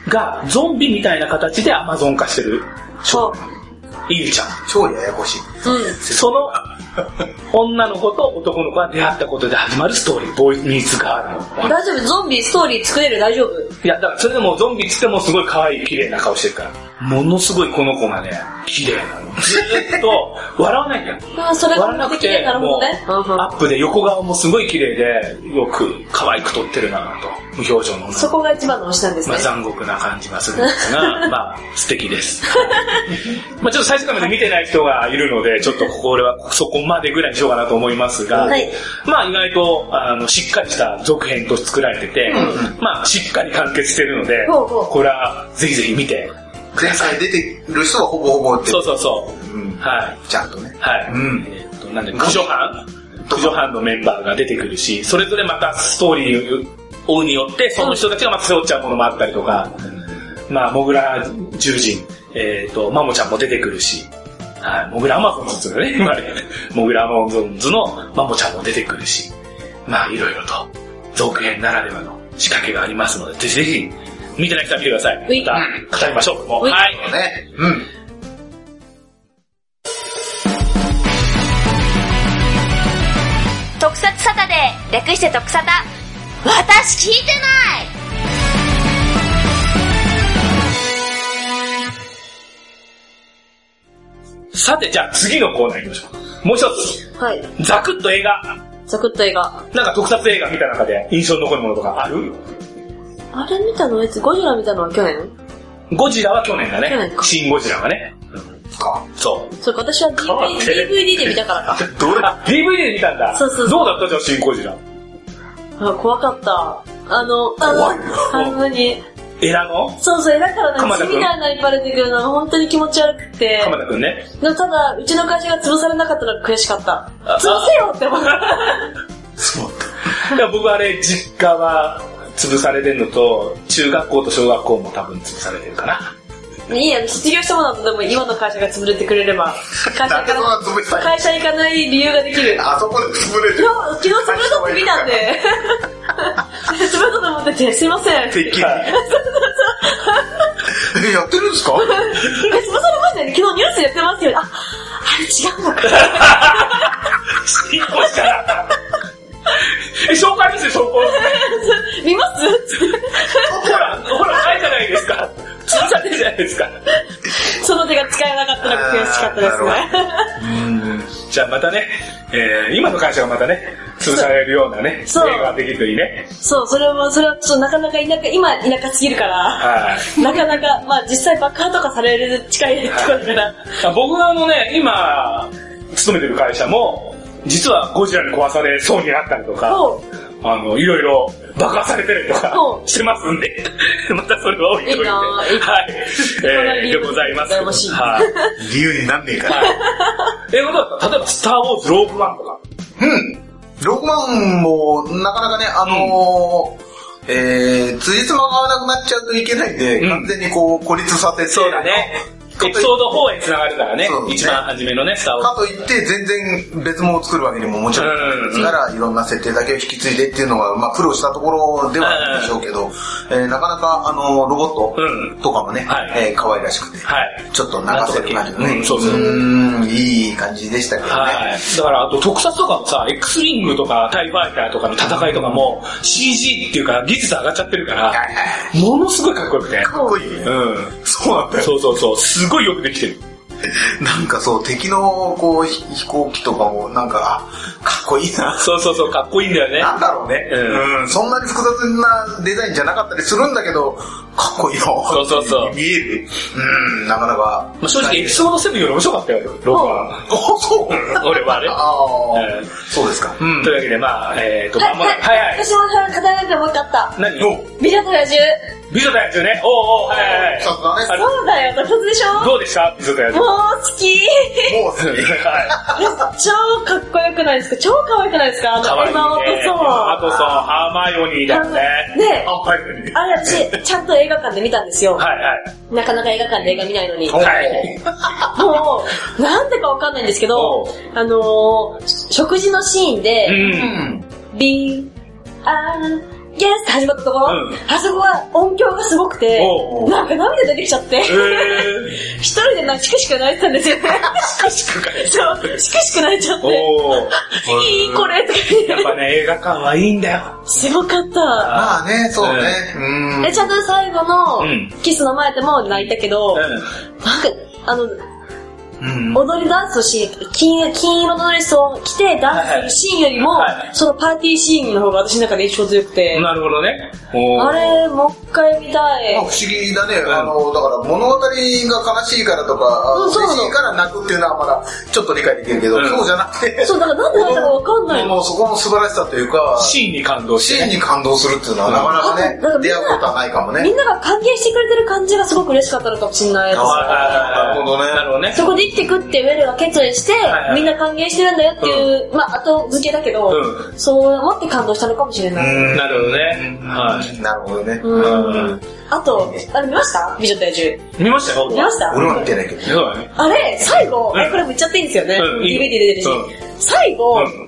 A: が、ゾンビみたいな形でアマゾン化してる、
C: そう。
A: イルちゃん。
B: 超ややこしい。
C: う
A: その、女の子と男の子が出会ったことで始まるストーリー、ボーイミーツガールの。
C: ん。大丈夫、ゾンビ、ストーリー作れる大丈夫
A: いや、だからそれでもゾンビっつってもすごい可愛い、綺麗な顔してるから。ものすごいこの子がね、綺麗なの。ずーっと、笑わないんだよ。
C: あーそれ
A: 割ら
C: が
A: なく
C: できる
A: て
C: んだ、ろ
A: も
C: う
A: う
C: ね。うんうん
A: アップで横顔もすごい綺麗で、よく可愛く撮ってるなと、無表情の女の子
C: そこが一番の推しなんです
A: ま
C: ね
A: あ、。残酷な感じがするんです が、まあ、素敵です。 まあ、ちょっと最初からまで見てない人がいるので、ちょっとこれはそこまでぐらいにしようかなと思いますが、
C: はい
A: まあ、意外と、あの、しっかりした続編として作られてて、まあ、しっかり完結してるので、
C: ほうほう
A: これはぜひぜひ見て。
B: 前回出てる人はほぼほぼって。
A: そうそうそう。
B: うん
A: はい。
B: ちゃんとね。
A: はい。
B: うん
A: えっと、なんで、駆除班駆除班のメンバーが出てくるし、それぞれまたストーリーを追うによって、その人たちがまた背負っちゃうものもあったりとか、まあ、モグラ獣人、えっ、と、マモちゃんも出てくるし、はい、モグラアマゾンズですよね、 今ね。モグラアマゾンズのマモちゃんも出てくるし、まあ、いろいろと、続編ならではの仕掛けがありますので、ぜひぜひ、見てない人は見てくださ
C: う
A: い。
C: い
A: また、語りましょう。もう
C: うい
A: はい。
B: ね。うん。
D: 特撮サタデー、略して特サタ。私聞いてない
A: さて、じゃあ次のコーナー行きましょう。もう一つ。
C: はい。
A: ザクッと映画、
C: ザクッと映画。
A: なんか特撮映画見た中で印象に残るものとかある
C: あれ見たのいつゴジラ見たのは去年
A: ゴジラは去年だ
C: 去
A: ね
C: 年。か
A: 新ゴジラがね。
B: か。
A: そう。
C: そうか、私は DV
A: 変わってる
C: DVD で見 たからか。
A: どれ ?DVD で見たんだ。
C: そうそうそう
A: どうだったじゃあ新ゴジラ。
C: あ怖かった。あの、あの、
B: 怖い
C: あのに、
A: エラの
C: そうそう、だからなん
A: 鎌
C: か
A: 田
C: 血
A: 君
C: みたいなのいっぱい出てくるのが本当に気持ち悪くて。
A: 鎌田くんね。
C: でもただ、うちの会社が潰されなかったのが悔しかった。潰せよって思った。
B: そうだっ
A: いや僕あれ、実家は潰されてんのと、中学校と小学校も多分潰されてるかな。
C: いいや、卒業したものだとでも今の会社が潰れてくれれば、会社
B: だ
C: 行
B: け
C: か
B: ど
C: な
B: な潰した
C: い、
B: い
C: 会社行かない理由ができる。
B: た。あそこで潰れて
C: 昨
B: る。
C: 日、昨日潰れたって見たんで。潰れたと思ってて、すいません。え、潰さ
B: てっきり。え、やってるんですか
C: れましたよね。昨日ニュースやってますよね。あ、あれ違うのか。
A: 一個しかなかった。 え、紹介ですよ、紹介。
C: 見ますつって
A: ほら、ほら、ないじゃないですか。潰されてるじゃないですか。
C: その手が使えなかったのが悔しかったですね。
A: じゃあまたね、えー今の会社がまたね、潰されるようなね、映
C: そう
A: 画ができるといいね。
C: そう、それは、それはちょっとなかなか田舎、今田舎すぎるから、
A: はい。
C: なかなか、まあ実際爆破とかされる近いところだから、
A: あ僕があのね、今、勤めてる会社も、実はゴジラに壊されそうになったりとか、
C: そ
A: あの、いろいろ爆破されてるとか
C: そ、う
A: してますんで、 またそれは置いといて。
C: いいなぁいいなぁ
A: はい。えー、
C: こ
A: で
C: の理由
A: ございます。
C: 羨ましい
A: はい。
B: 理由になんねえから。
A: え、また、例えば、スター・ウォーズ、ロープワンとか。
B: うん。ロックマンも、なかなかね、あのー、えー、辻褄が合わなくなっちゃうといけないんで、
A: うん
B: 完全にこう、孤立させて、
A: エピソード4へ繋がるからね
B: そう、ね
A: 一番初めのね、スター・ウォ
B: か
A: ーズ。
B: といって、全然別物を作るわけにももちろんいかないですから、いろんな設定だけを引き継いでっていうのは、まあ、苦労したところではあるんでしょうけど、えーなかなか、あの、ロボットとかもね、
A: んはい
B: えー可愛らしくて、
A: はい。
B: ちょっと流せる感じのね、
A: うんそうそう
B: ーんいい感じでしたけどね。
A: はい。だから、あと特撮とかもさ、X リングとか、タイファイターとかの戦いとかも、CG っていうか、技術上がっちゃってるから、ものすごいかっこよくて。
B: かっこいいね。
A: うん。
B: そうなんだよ。
A: そうそうそう、すごいよくできてる。
B: なんかそう、敵のこうひ飛行機とかも、なんか、あかっこいいな。
A: そうそうそう、かっこいいんだよね。
B: なんだろうね、
A: うん
B: うん。そんなに複雑なデザインじゃなかったりするんだけど、かっこいいよ。
A: そうそうそう
B: 見える。うん、なかなか。
A: まあ、正直、エピソード7より面白かったよ、ローは。
B: あ、そう
A: 俺はね。
B: ああ、
A: うん
B: そうですか。
A: うん。というわけで、まあ、えっと、
C: は
A: ま
C: い、
A: もなく、はいはい。
C: 私も語らなくてもよかった。
A: 何
C: 美女と野獣。
A: 美女と野獣ね。おうおう、はいはいはい。
B: さすがね
A: あれ
C: そうだよ、特撮でしょ
A: どうでした美女と野獣。
C: もう好き
B: もうすぐ。
A: は
C: 超かっこよくないですか超かわいくないですかあ
A: い。かわ
C: の、
A: いい
C: エ
A: ね。
C: マ・ワトソン。
A: あとそう、ハーマイオニーだよね。
C: ね
B: あ、はい。
C: あれ私、ちゃんと映画館で見たんですよ。
A: はいはい。
C: なかなか映画館で映画見ないのに。も
A: はい。
C: う、なんでかわかんないんですけ
A: お
C: ど
A: う、
C: あのー、し食事のシーン
A: う。
C: で、
B: うんん。
C: ビー、あー、イエスって始まったところ、
A: うん
C: あそこは音響がすごくて
A: おう、
C: なんか涙出てきちゃって、
A: えー、
C: 一人で泣きくしく泣いてたんですよね。
A: しかしかかよ
C: そう、しくしく泣いちゃって、
A: おー。
C: いいこれとか言って
A: やっぱね、映画館はいいんだよ。
C: すごかった。
B: まあね、そうね。うん。
C: え、ちゃんと最後
A: うん
C: のキスの前でも泣いたけど、なんか、あの、
B: うん。
C: 踊りダンスをし、金金色のドレスを着てダンスするシーンよりも、
A: はいはい
C: そのパーティーシーンの方が私の中で印象強くて、
A: なるほどね。おー
C: あれ、もう一回見た
B: まあ、不
C: い。
B: 思議だね、あのだから物語が悲しいからとか、あの
C: うんそうなの
B: 嬉しいから泣くっていうのはまだちょっと理解できるけど、
A: うん
B: そうじゃなくて、
C: そう、だからなんで泣いたかわかんない
B: も
C: の。
B: うそこの素晴らしさというか、
A: シーンに感動して、
B: シーン
A: ね。
B: に感動するっていうのはなかなかね、
C: うん
B: 出会うことはないかも
C: み
B: ね
C: ん。なが歓迎してくれてる感じがすごく嬉しかったのかもしれないです。
B: あーなるほどね
A: なるほどね。
C: そこで生きてくってウェルが決意して、
A: はいはい
C: みんな歓迎してるんだよっていう、まあ後付けだけど、
A: う
C: そう思って感動したのかもしれない。
B: うん
A: なるほどね。はい。
B: なるほどね。
C: うん
A: うん
C: あと、あれ見ました美女と野獣。
A: 見ましたよ、僕
C: 見
A: は
C: ました
B: 俺は見てないけど。
A: そうだね。
C: あれ、最後、
A: うん
C: あれこれも言っちゃっていいんですよね。
A: うん
C: DVD
A: いいよ
C: 出てるし
A: うん。
C: 最後、
A: うん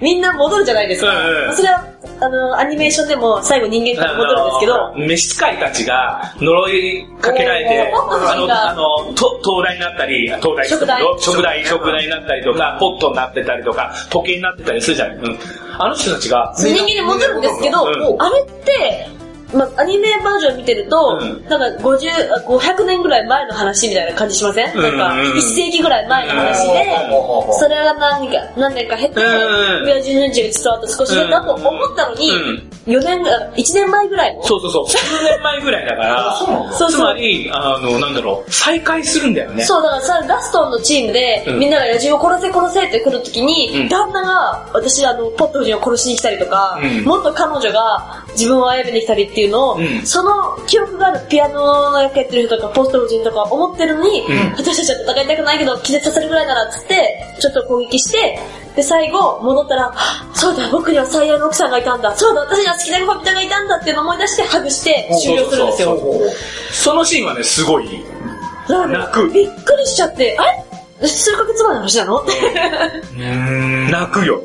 C: みんな戻るじゃないですか。
A: うんうんうん
C: それは、あの、アニメーションでも最後人間から戻るんですけ
A: あ
C: ど
A: の、召使いたちが呪いかけられて、
C: おー
A: あの、あの、と灯台になったり、灯台
C: 食台
A: 食台、食台になったりとか、ポットになってたりとか、時計になってたりするじゃない。うん。あの人たちが、
C: 人間に戻るんですけど、
A: うん
C: あれって、まあ、アニメバージョン見てると、
A: うん
C: なんか50、あ500年ぐらい前の話みたいな感じしません、
A: うんうんうん
C: なんか、1世紀ぐらい前の話で、
B: うん
C: それが何年か、何年か減って、
A: うんうん
C: 明治41とあと少し減ったと思ったのに、
A: うん
C: 4年、あ1年前ぐらいの
A: そうそうそう、数年前ぐらいだから、
B: そうなんだ
C: そうそう
A: つまり、あの、なんだろう、再会するんだよね。
C: そう、だからさ、ガストンのチームで、
A: うん
C: みんなが野獣を殺せ殺せって来るときに、
A: うん
C: 旦那が、私、あの、ポット夫人を殺しに来たりとか、
A: うん
C: もっと彼女が自分をあやめに来たりってっていうのを、
A: うん
C: その記憶があるピアノの役やってる人とか、ポストの人とか思ってるのに、
A: うん
C: 私たちは戦いたくないけど、気絶させるぐらいならっつって、ちょっと攻撃して、で、最後、戻ったら、はっそうだ、僕には最愛の奥さんがいたんだ、そうだ、私には好きな恋人がいたんだっていうのを思い出して、ハグして終了するんですよ。
A: そのシーンはね、すごい。
C: だから
A: 泣く
C: びっくりしちゃって、あれ数ヶ月前の話なのって。
A: 泣くよ。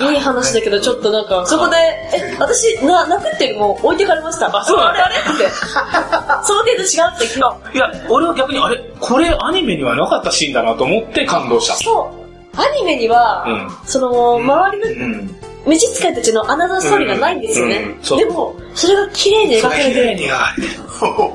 C: いい話だけど、ちょっとなんか、そこで、え、私、な、泣くっていうよりも置いてかれました。あ、
A: そうな
C: あ
A: ん
C: れ
A: だ
C: あれ って。その程度違うって昨日。
A: いや、俺は逆に、あれ、これアニメにはなかったシーンだなと思って感動した。
C: そう、アニメには、
A: う
C: その、周りの、
A: ん。
C: 召使いたちのアナザーストーリーがないんですよね。
A: うんうんそう
C: でも、それが綺麗に描
A: そ
C: か
A: れ
C: れ
A: 綺
C: て
A: 麗
C: る。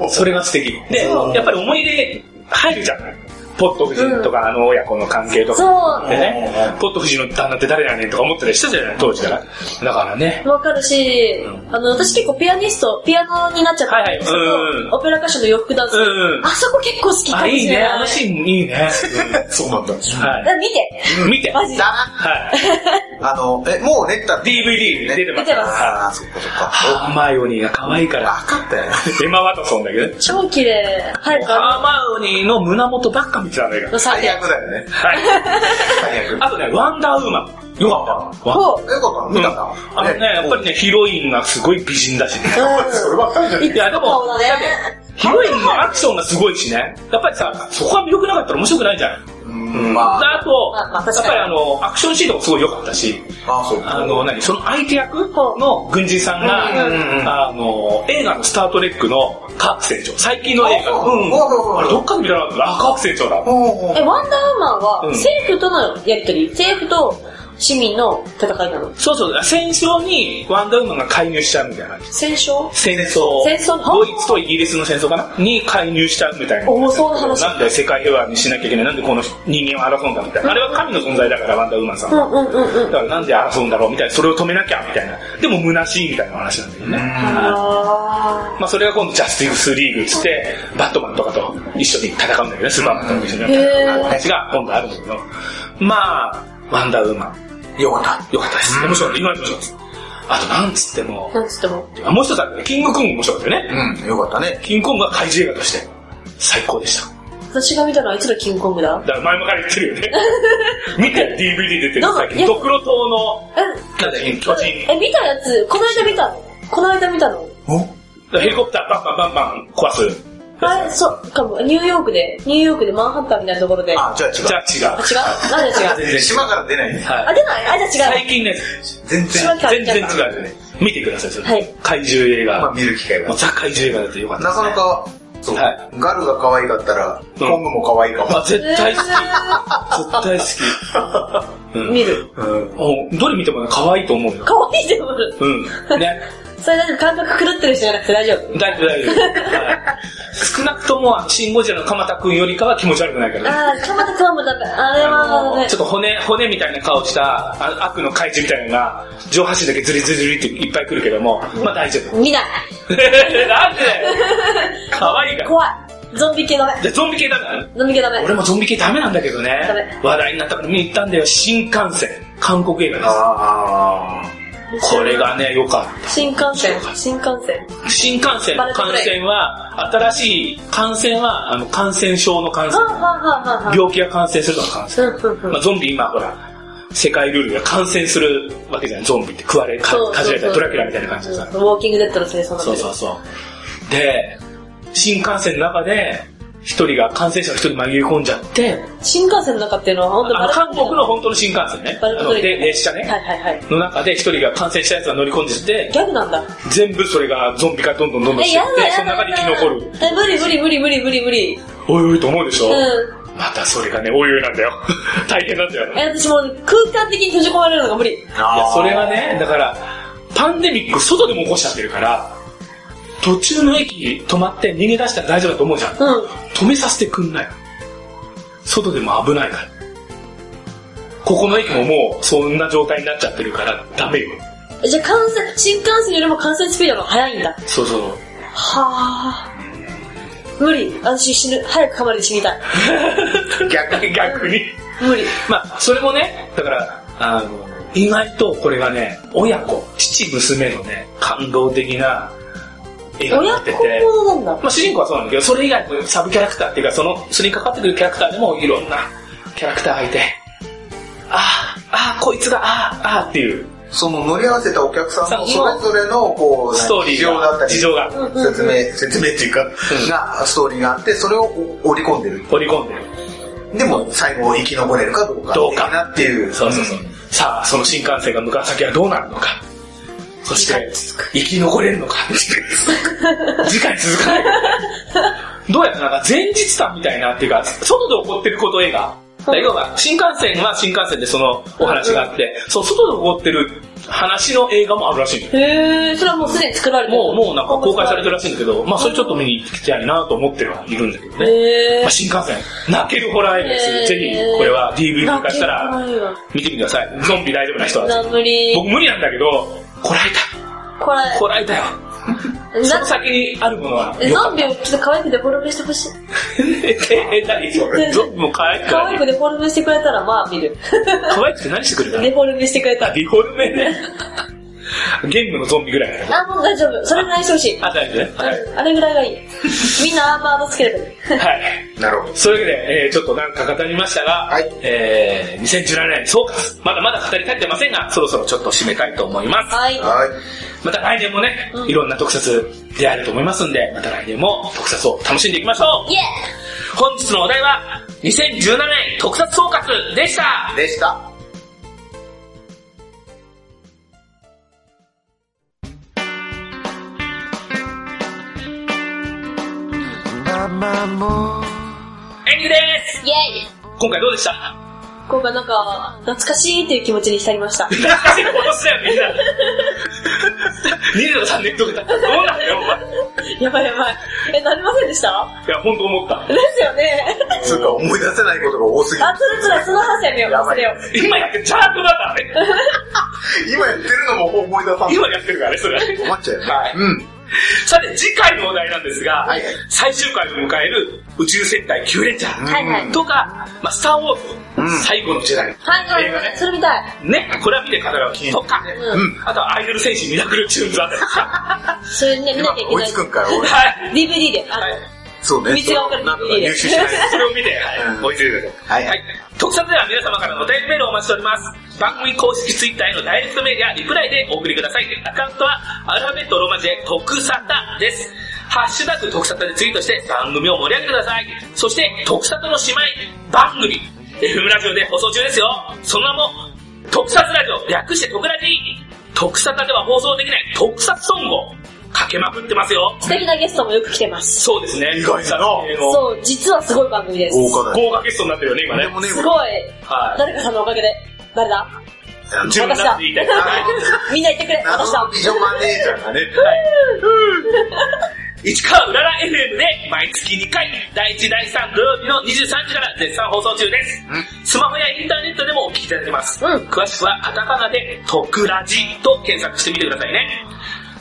A: にそれが素敵。で、やっぱり思い出入るじゃない。ポット夫人とか、あの親子の関係と
C: そ
A: か。
C: う、
A: でね、ポット夫人の旦那って誰やねんとか思ったりしたじゃない、当時だから。だからね。
C: わかるし、あの、私結構ピアニスト、ピアノになっちゃったんですけど、
A: はいはいうんうん
C: オペラ歌手の洋服ダンス、
A: うんうん
C: あそこ結構好きか
A: あ、
C: もしれない
A: い。ね、あのシーンいいね。
B: そうなんだ。
A: は
C: あ見て、
A: い。見て。
C: マジで。
B: だ
A: はい。
B: な。あの、え、もうネクタ
A: DVD 出てます。
C: 出てます
B: ああ、そっかそっか。
A: ハーマイオニーが可愛いから。
B: 分かったよ。
A: エマ・ワトソンだけどね。
C: 超綺麗。早くあ
A: ハーマイオニーの胸元ばっか見てたんだけど。
C: の、さ
B: 最悪だよね。
A: はい。
B: 最悪。
A: あとね、ワンダーウーマン。よかった。
C: ほう。
B: よかった、見たんだ。
A: あのね、やっぱりね、ヒロインがすごい美人だしね。
B: そればっかりじゃ
C: い
B: ね
C: つ
A: いやでも
C: 顔だね。
A: ヒロインのアクションがすごいしね。やっぱりさ、そこが魅力なかったら面白くないじゃん。
B: うんまあ、
A: あ、と、
C: まあまあ
A: や
C: 確
A: っ
C: か
A: ぱ
C: に
A: りあの、アクションシーンとかすごい良かったし、
B: あそう
A: あの、何、その相手役の軍人さんが、
B: うんうんうん
A: あの、映画のスタートレックのカーク船長、最近の映画の、
B: あそう
A: うん
B: そうそうそう
A: あれどっかで見たら、あ、カーク船長だ。
B: ほうほう
C: え、ワンダーウーマンは、
A: うん
C: 政府とのやりとり、政府と市民の戦いなの
A: そうそう、戦争にワンダーウーマンが介入しちゃうみたいな感じ。
C: 戦勝
A: 戦争。
C: 戦争
A: ドイツとイギリスの戦争かなに介入しちゃうみたいな。
C: 重そうな話
A: なんで世界平和にしなきゃいけない。なんでこの人間を争うんだみたいな。あれは神の存在だから、ワンダーウーマンさん
C: う
A: は。
C: んうんうんうん。
A: だからなんで争うんだろうみたいな。それを止めなきゃみたいな。でも虚しいみたいな話なんだよね。はい
C: あ
A: まあそれが今度ジャスティスリーグっつって、バットマンとかと一緒に戦うんだよね。スーパーマンとかと一緒に戦う話が今度あるんだけど。まあ、ワンダーウーマン。
B: よかった。
A: よかったです。面白かった。今まで面白かったです。あとなんつっても
C: ー。、なんつっても。
A: あもう一つあるね。キングコング面白かったよね。
B: うん、よかったね。
A: キングコングは怪獣映画として最高でした。
C: 私が見たのはいつのキングコングだ
A: だから前もから言ってるよ ね。見て DVD 出てる
C: なんか
A: 最
C: い
A: 近。
C: や
A: ドクロ島の、
C: え、
A: なんだっけ、巨人。
C: え、見たやつ、この間見たのこの間見たの
B: お
A: ヘリコプターバンバンバンバン壊す。
C: あれ、そう、かも、ニューヨークで、ニューヨークでマンハッタンみたいなところで。あ、
B: あ、じゃあ違
A: じゃあ違う。
C: 違うなんで違う
B: う。島から出ないね。
A: は
C: あ、
A: い。
C: 出ないあ、じゃあ違う。
A: 最近ね、
B: 全然。
C: 島から
A: 全然違
C: 違う
A: うよね。見てください、それ
C: はい
A: 怪獣映
B: まあ
A: 画。
B: 見る機会
A: も
B: が
A: う。ザ怪獣映画だとよかったで
B: な
A: す
B: か
A: ね。
B: なか、そう。
A: は
B: ガルが可愛かったら、
A: うん
B: コングも可愛いかも。
A: あ、絶対好き。
C: え
A: 絶対好き。う
C: ー 見る。
B: うん。
A: ん。どれ見てもね、可愛いと思うよ。
C: かわいいでもある。
A: うん。ね。
C: それだけ感覚狂ってる人じゃなくて大丈夫。
A: 大丈夫、大 丈夫。少なくとも、シン・ゴジラの鎌田くんよりかは気持ち悪くないからね。
C: あー、かまたかもダメ。あれは、
A: あ
C: ね
A: のちょっと骨、骨みたいな顔したあ悪の怪獣みたいなのが、上半身だけズリズリズリっていっぱい来るけども、まあ大丈夫。
C: 見ない。
A: なんで可愛いから。
C: 怖い。ゾンビ系ダメ。
A: で、ゾンビ系だからね
C: ゾンビ系ダメ。
A: 俺もゾンビ系ダメなんだけどね
C: ダメ。
A: 話題になったから見に行ったんだよ。新幹線。韓国映画
B: あ
A: です。これがね、良かっ
C: 新幹線。新幹線。
A: た。新幹線の感染は、新しい感染は、あの、感染症の感
C: はあ、
A: 染。
C: はあはあはあ、
A: 病気が感染するのが感染。
C: うんうんうん
A: まあ、ゾンビ今ほら、世界ルールが感染するわけじゃない。ゾンビって食われ、か
C: そう
A: かじられたり
C: そう
A: ド
C: そう
A: ラキュラみたいな感じでさ。
C: うんウォーキングデッドの戦争になって
A: そう
C: る。
A: そうそう。で、新幹線の中で、一人が感染者が一人紛れ込んじゃって、
C: 新幹線の中っていうのは本当
A: あの韓国の本当の新幹線ね、
C: バル
A: あ
C: コ
A: の
C: ニー
A: で列車
C: は
A: ね、
C: いはいはい。
A: の中で一人が感染したやつが乗り込んでて、
C: ギャグなんだ。
A: 全部それがゾンビがどんどんどんどん
C: え、
A: して
C: や
A: っ
C: だ
A: て、
C: や
A: その
C: だ
A: 中で生き残る。
C: え、無理無理無理無理無理無理。うん。
A: おいおいと思うでしょ、またそれがね、おいおいなんだよ。 大変なんだよ。
C: え、私もう空間的に閉じ込められるのが無理。
B: ー
A: い
B: あ
A: や
B: ー。
A: それがねだからパンデミック外でも起こしちゃってるから途中の駅止まって逃げ出したら大丈夫だと思うじゃん
C: うん。
A: 止めさせてくんない外でも危ないからここの駅ももうそんな状態になっちゃってるからダメよ
C: えじゃあ感染、新幹線よりも感染スピードの方が速いんだ。
A: そうそう
C: はぁ。無理。私死ぬ。早く噛まれて死にたい。
A: 逆に 逆に
C: 無理。
A: まあそれもねだからあの意外とこれがね親子父娘のね感動的な映画に
C: 親
A: なっ
C: 子
A: てて。
C: ものなんだ。
A: まあ、主人公はそうなんだけど、それ以外のサブキャラクターっていうか、その、それにかかってくるキャラクターでもいろんなキャラクターがいて、ああ、ああ、こいつが、ああ、ああっていう
B: その乗り合わせたお客さんのそれぞれのこう
A: ストーリ
B: 事
A: ー
B: 情だった
A: が、
B: り
A: 事情が
C: うんうん
B: 説明説明っていうか、がストーリーがあってそれを織り込んでる
A: 織り込んでる。
B: でも最後生き残れるかどうか
A: どうか
B: いいなっていう
A: そうそうそう。
B: ん
A: さあ、その新幹線が向かう先はどうなるのか。そして、生き残れるの か。次回続かない。どうやらなんか前日談みたいなっていうか、外で起こってること映画。だから要は、新幹線は新幹線でそのお話があって、そう、外で起こってる話の映画もあるらしいんだよ
C: へえ、それはもうすでに作られてる。
A: もう、もうなんか公開されてるらしいんだけど、まあそれちょっと見に行きたいなと思ってはいるんだけどね。
C: へ
A: ま
C: え
A: あ、。新幹線、泣けるホラー映画です。
C: えー
A: ぜひ、これは DVD 化した
C: 泣けるホラー映
A: ら、見てみてください。ゾンビ大丈夫な人は。
C: な無理。
A: 僕無理なんだけど、こらえ
C: これ
A: た。、こらえたよ。その
C: な
A: 先にあるものは。
C: ゾンビをちょっと可愛くデフォルメしてほしい。
A: え、え、何そ れゾンビも可愛く
C: 可愛
A: ない
C: くデフォルメしてくれたら、まあ見る。
A: 可愛くて何してくれた
C: デフォルメしてくれたら。
A: ディフォルメね。ゲームのゾンビぐらいだよ。
C: あ、もう大丈夫。それぐらいにしてほしい。
A: あ、大丈夫ね。はい。
C: あれぐらいがいい。みんなアーマードつければいい。
A: はい。
B: なるほど
A: そういうわけで、えーちょっとなんか語りましたが、
B: はい
A: えー、2017年総括、まだまだ語り足りてませんが、そろそろちょっと締めたいと思います。
C: はい。
B: はい
A: また来年もね、
C: うん
A: いろんな特撮出会えると思いますんで、また来年も特撮を楽しんでいきましょ
C: イエ
A: う本日のお題は、2017年特撮総括でした
B: でした
A: エンディングです
C: ーイイェイ
A: 今回どうで した
C: 今回なんか、懐かしいっていう気持ちに浸りました。
A: 懐かしいことしたよ、みんな。23年とか経ったらどうなんだよ、お前。
C: やばいやばい。え、なりませんでした
A: いや、本当思った。
C: ですよね。
B: つうか思い出せないことが多すぎる
C: あ、つらつら、その話やめよう。
B: やば
C: 忘
B: い
C: れよ
A: 今やって、チャートだから ね。
B: 今やってるのも思い出さない
A: 今やってるからね、それは。
B: 困っちゃうよね、
A: はい
B: うん
A: さて、次回のお題なんですが、
B: はいはい
A: 最終回を迎える宇宙戦隊キュウレンジャ
C: う。はいはい。
A: ーとか、まあ、スターウォ
B: う
A: ー
B: ん
A: ズ、最後の時代、
C: はい
A: 映画
C: は
A: ね
C: い。それみたい。
A: ね、これは見て語るとか、
C: うん
A: あとはアイドル戦士ミラクルチューンズあったりとか、
C: それね、見な
B: 今
C: きゃいけ
B: 追い
C: な
B: つく
C: い。
B: んかよ俺
A: はい。
C: DVD で。あの
A: はい
B: そうね
C: 道が分かる
B: なんとか入手しない と
A: それを見て、は
B: う
A: い、
B: ん
A: 追いついてください。
B: はい
A: 特撮では皆様からのお便りメールをお待ちしております。番組公式ツイッターへのダイレクトメールやリプライでお送りください。アカウントはアルファベットローマ字で特サタです。ハッシュタグ特撮でツイートして番組を盛り上げてください。そして特撮の姉妹番組、FM ラジオで放送中ですよ。その名も特撮ラジオ略して特ラジ特撮では放送できない特撮ソングをかけまくってますよ。
C: 素敵なゲストもよく来てます。
A: そうですね。
B: 意外だな
A: えーの
C: そう、実はすごい番組です。
B: 豪華だよ
A: 豪華ゲストになってるよね、今
B: で
A: ね。
B: もね
C: すごい。
A: は
C: 誰かさんのおかげで。誰だ
A: い。自分だって言いたい。
C: みんな言ってくれ。私
B: 謎
C: だ
B: の。美女マネージャーがね
A: 市川うらら FM で毎月2回、第1、第3土曜日の23時から絶賛放送中です。スマホやインターネットでもお聞きいただけます。
C: うん
A: 詳しくはカタカナで、トクラジと検索してみてくださいね。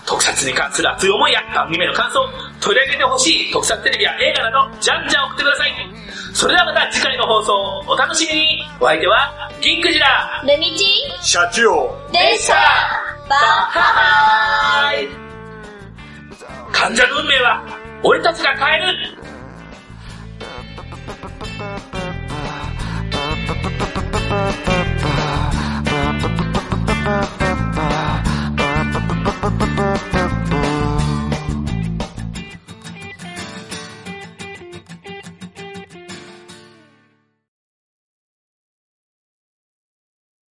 A: 特撮に関する熱い思いや番組への感想、取り上げてほしい特撮テレビや映画など、じゃんじゃん送ってください。それではまた次回の放送をお楽しみに。お相手は、銀クジラ。
D: レミチ
B: 社長
D: でしたバ
A: 患者の運命は俺たちが変える